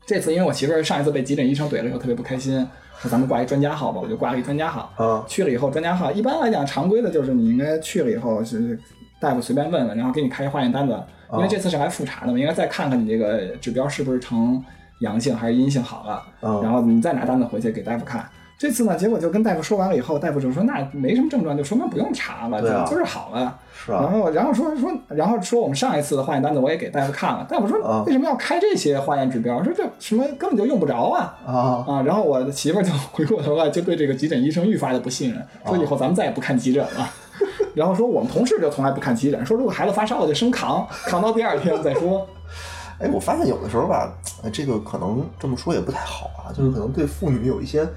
B: 这次因为我媳妇儿上一次被急诊医生怼了以后特别不开心，说咱们挂一专家号吧，我就挂了一专家号。
A: 啊
B: 去了以后，专家号一般来讲常规的就是你应该去了以后是大夫随便问问，然后给你开化验单子，
A: 哦
B: 因为这次是来复查的嘛，应该再看看你这个指标是不是呈阳性还是阴性好了，
A: 嗯
B: 然后你再拿单子回去给大夫看。这次呢，结果就跟大夫说完了以后，大夫就说那没什么症状，就说明不用查了，
A: 对啊
B: 就就是好了。
A: 是啊
B: 然，后然后说说，然后说我们上一次的化验单子我也给大夫看了，大夫
A: 啊
B: 说为什么要开这些化验指标？说这什么根本就用不着啊。
A: 啊，
B: 啊，然后我的媳妇儿就 回过头来，就对这个急诊医生愈发的不信任，
A: 哦
B: 说以后咱们再也不看急诊了。 然后说我们同事就从来不看急诊，说如果孩子发烧了就生扛，扛到第二天再说。
A: 哎，我发现有的时候吧，哎这个可能这么说也不太好啊，就是可能对妇女有一些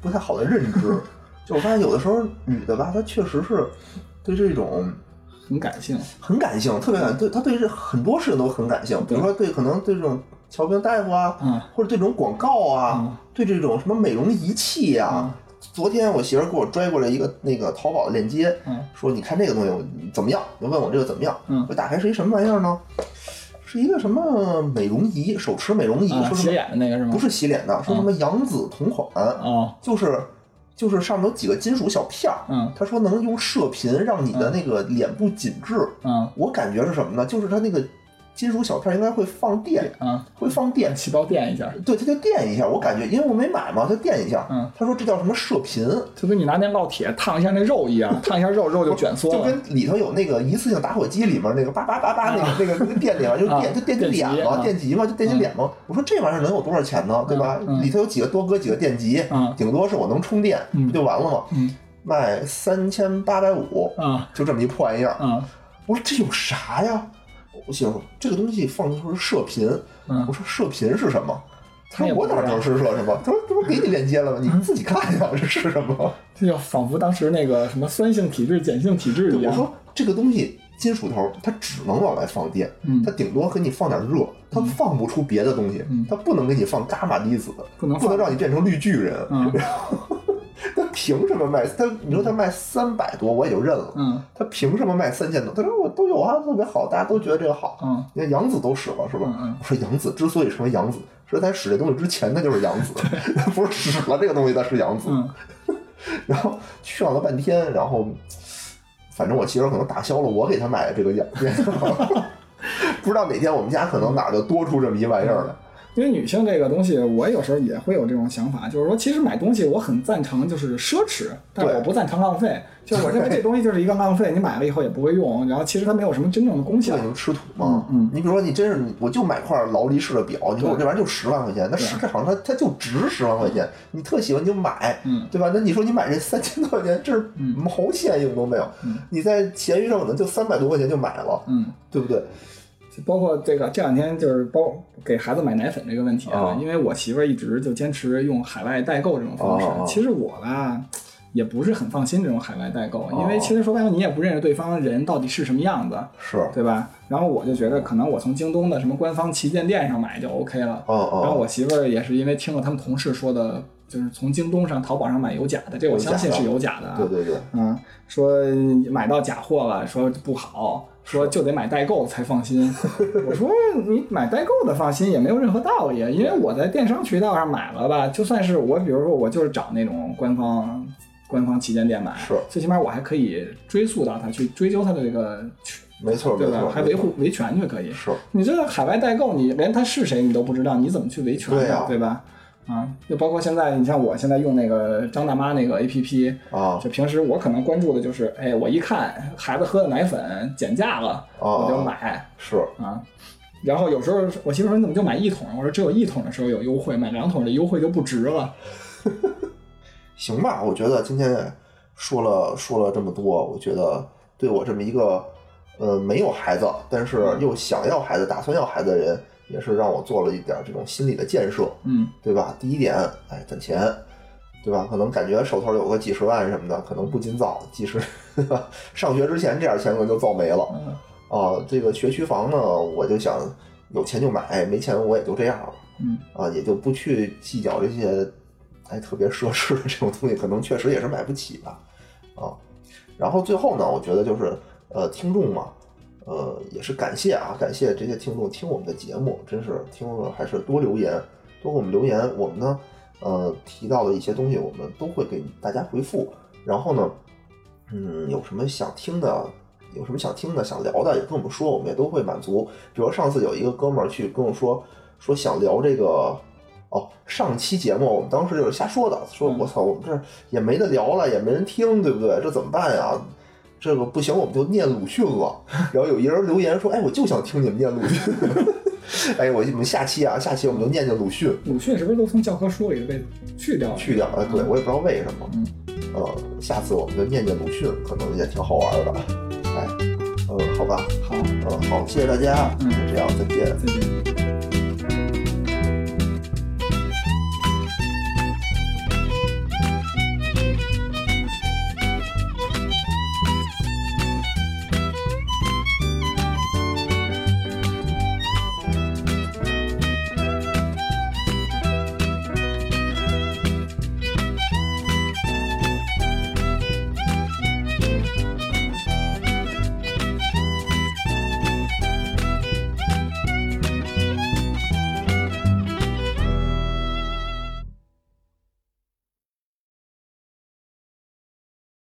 A: 不太好的认知。就我发现有的时候女的吧，她确实是对这种
B: 很感性，
A: 很感性，特别感对她对这很多事情都很感性，比如说对可能对这种瞧病大夫啊，
B: 嗯
A: 或者对这种广告啊，
B: 嗯
A: 对这种什么美容仪器啊。昨天我媳妇儿给我拽过来一个那个淘宝的链接，
B: 嗯
A: 说你看这个东西怎么样？就问我这个怎么样？
B: 嗯
A: 我打开是一什么玩意儿呢？是一个什么美容仪，手持美容仪，
B: 啊，
A: 说
B: 斜
A: 什么
B: 眼的那个是吗？嗯
A: 不是洗脸的，说什么扬子同款，
B: 哦，
A: 就是就是上面有几个金属小片儿。
B: 嗯
A: 他说能用射频让你的那个脸部紧致。
B: 嗯
A: 我感觉是什么呢？就是它那个金属小片儿应该会放电，
B: 嗯，
A: 会放电。
B: 细胞电一下，
A: 对，它就电一下，我感觉，因为我没买嘛，它电一下。
B: 嗯
A: 他说这叫什么射频，
B: 就跟你拿那烙铁烫一下那肉一样，烫一下肉，肉就卷缩
A: 就
B: 了。
A: 跟里头有那个一次性打火机里面那个叭叭叭叭那个那个那个电里 面，就
B: 啊
A: 电就电你脸嘛，电
B: 电
A: 极嘛，就电你脸嘛。我说这玩意儿能有多少钱呢？对吧？
B: 嗯
A: 里头有几个多搁几个电极
B: 嗯，
A: 顶多是我能充电，
B: 嗯
A: 不就完了吗？
B: 嗯
A: 卖三千八百五，
B: 啊
A: 就这么一破玩意儿。
B: 啊
A: 我说这有啥呀？我媳妇说这个东西放的时候是射频，我
B: 嗯，
A: 说射频是什么？他
B: 那也
A: 说
B: 不
A: 我
B: 知道嗯
A: 哪知道是射什么？他说这不是给你链接了吗？你自己看呀，这是什 么？
B: 这就仿佛当时那个什么酸性体质、碱性体质一
A: 我
B: 样。
A: 说这个东西金属头，它只能往外放电，
B: 嗯
A: 它顶多给你放点热，它放不出别的东西，
B: 嗯
A: 它不能给你放伽马粒子，
B: 不能
A: 不能
B: 放
A: 让你变成绿巨人。
B: 嗯
A: 它凭什么卖？它你说它卖三百多，我也就认了。
B: 嗯
A: 它凭什么卖三千多？他说我都有啊，特别好，大家都觉得这个好。
B: 嗯
A: 你看杨紫都使了是吧？
B: 嗯嗯
A: 我说杨紫之所以成为杨紫，是在使这东西之前，那就是杨紫，不是使了这个东西，它是杨紫。
B: 嗯
A: 然后去了半天，然后反正我媳妇儿可能打消了我给她买的这个眼镜， 不知道哪天我们家可能哪儿就多出这么一玩意儿来。
B: 因为女性这个东西，我有时候也会有这种想法，就是说，其实买东西我很赞成就是奢侈，但
A: 对
B: 我不赞成浪费。就是我认为这东西就是一个浪费，你买了以后也不会用，然后其实它没有什么真正的功
A: 这
B: 效
A: 个。你吃土吗？
B: 嗯嗯
A: 你比如说，你真是我就买块劳力士的表，你说我这玩意儿就十万块钱，那实际上它它就值十万块钱，你特喜欢你就买，
B: 嗯
A: 对吧？那你说你买这三千多块钱，这是毛钱用都没有，你在闲鱼上可能就三百多块钱就买了，
B: 嗯，
A: 对不对？
B: 就包括这个这两天就是包给孩子买奶粉这个问题
A: 啊
B: 因为我媳妇儿一直就坚持用海外代购这种方式。
A: 哦哦
B: 其实我吧。也不是很放心这种海外代购，
A: 哦
B: 因为其实说白了，你也不认识对方人到底是什么样子，
A: 是，
B: 对吧？然后我就觉得，可能我从京东的什么官方旗舰店上买就 OK 了。
A: 哦
B: 然后
A: 哦，
B: 我媳妇儿也是因为听了他们同事说的，就是从京东上、淘宝上买有假的，这我相信是有假的啊。
A: 对对对，
B: 嗯，说买到假货了，说不好，说就得买代购才放 心。我说你买代购的放心也没有任何道理，因为我在电商渠道上买了吧，就算是我，比如说我就是找那种官方官方旗舰店买，
A: 是
B: 最起码我还可以追溯到它去追究它的这个渠，
A: 没错，没
B: 对吧
A: 错，？
B: 还维护维权去可以。
A: 是
B: 你这海外代购，你连他是谁你都不知道，你怎么去维权
A: 对
B: 呀、
A: 啊
B: 对吧？啊，就包括现在，你像我现在用那个张大妈那个 APP，
A: 啊
B: 就平时我可能关注的就是，哎，我一看孩子喝的奶粉减价了，
A: 哦
B: 我就买
A: 是
B: 啊。然后有时候我媳妇说你怎么就买一桶？啊我说只有一桶的时候有优惠，买两桶的优惠就不值了。
A: 行吧？我觉得今天也说了说了这么多，我觉得对我这么一个呃没有孩子，但
B: 嗯
A: 是又想要孩子、打算要孩子的人，也是让我做了一点这种心理的建设，
B: 嗯，
A: 对吧？第一点，哎，攒钱，对吧？可能感觉手头有个几十万什么的，可能不尽早，几十上学之前这点钱可能就造没了。
B: 嗯
A: 啊，这个学区房呢，我就想有钱就买，没钱我也就这样了。
B: 嗯，
A: 啊，也就不去计较这些，哎，特别奢侈的这种东西，可能确实也是买不起吧，啊。然后最后呢，我觉得就是呃，听众嘛，呃，也是感谢啊，感谢这些听众听我们的节目，真是听了还是多留言，多给我们留言，我们呢，呃，提到的一些东西，我们都会给大家回复。然后呢，嗯，有什么想听的，有什么想听的、想聊的，也跟我们说，我们也都会满足。比如上次有一个哥们儿去跟我说，说想聊这个，哦，上期节目我们当时就是瞎说的，说
B: 嗯
A: 我操，我们这也没得聊了，也没人听，对不对？这怎么办呀？这个不行，我们就念鲁迅了。然后有一人留言说，哎，我就想听你们念鲁迅。 哎，我我们下期啊，下期我们就念念鲁迅。
B: 鲁迅是不是都从教科书里被去掉了？
A: 去掉了，哎对我也不知道为什么。
B: 嗯，
A: 呃，下次我们就念念鲁迅，可能也挺好玩的。哎，嗯，好吧，
B: 好，
A: 嗯，好，谢谢大家，
B: 嗯
A: 就这样，再见。
B: 再见。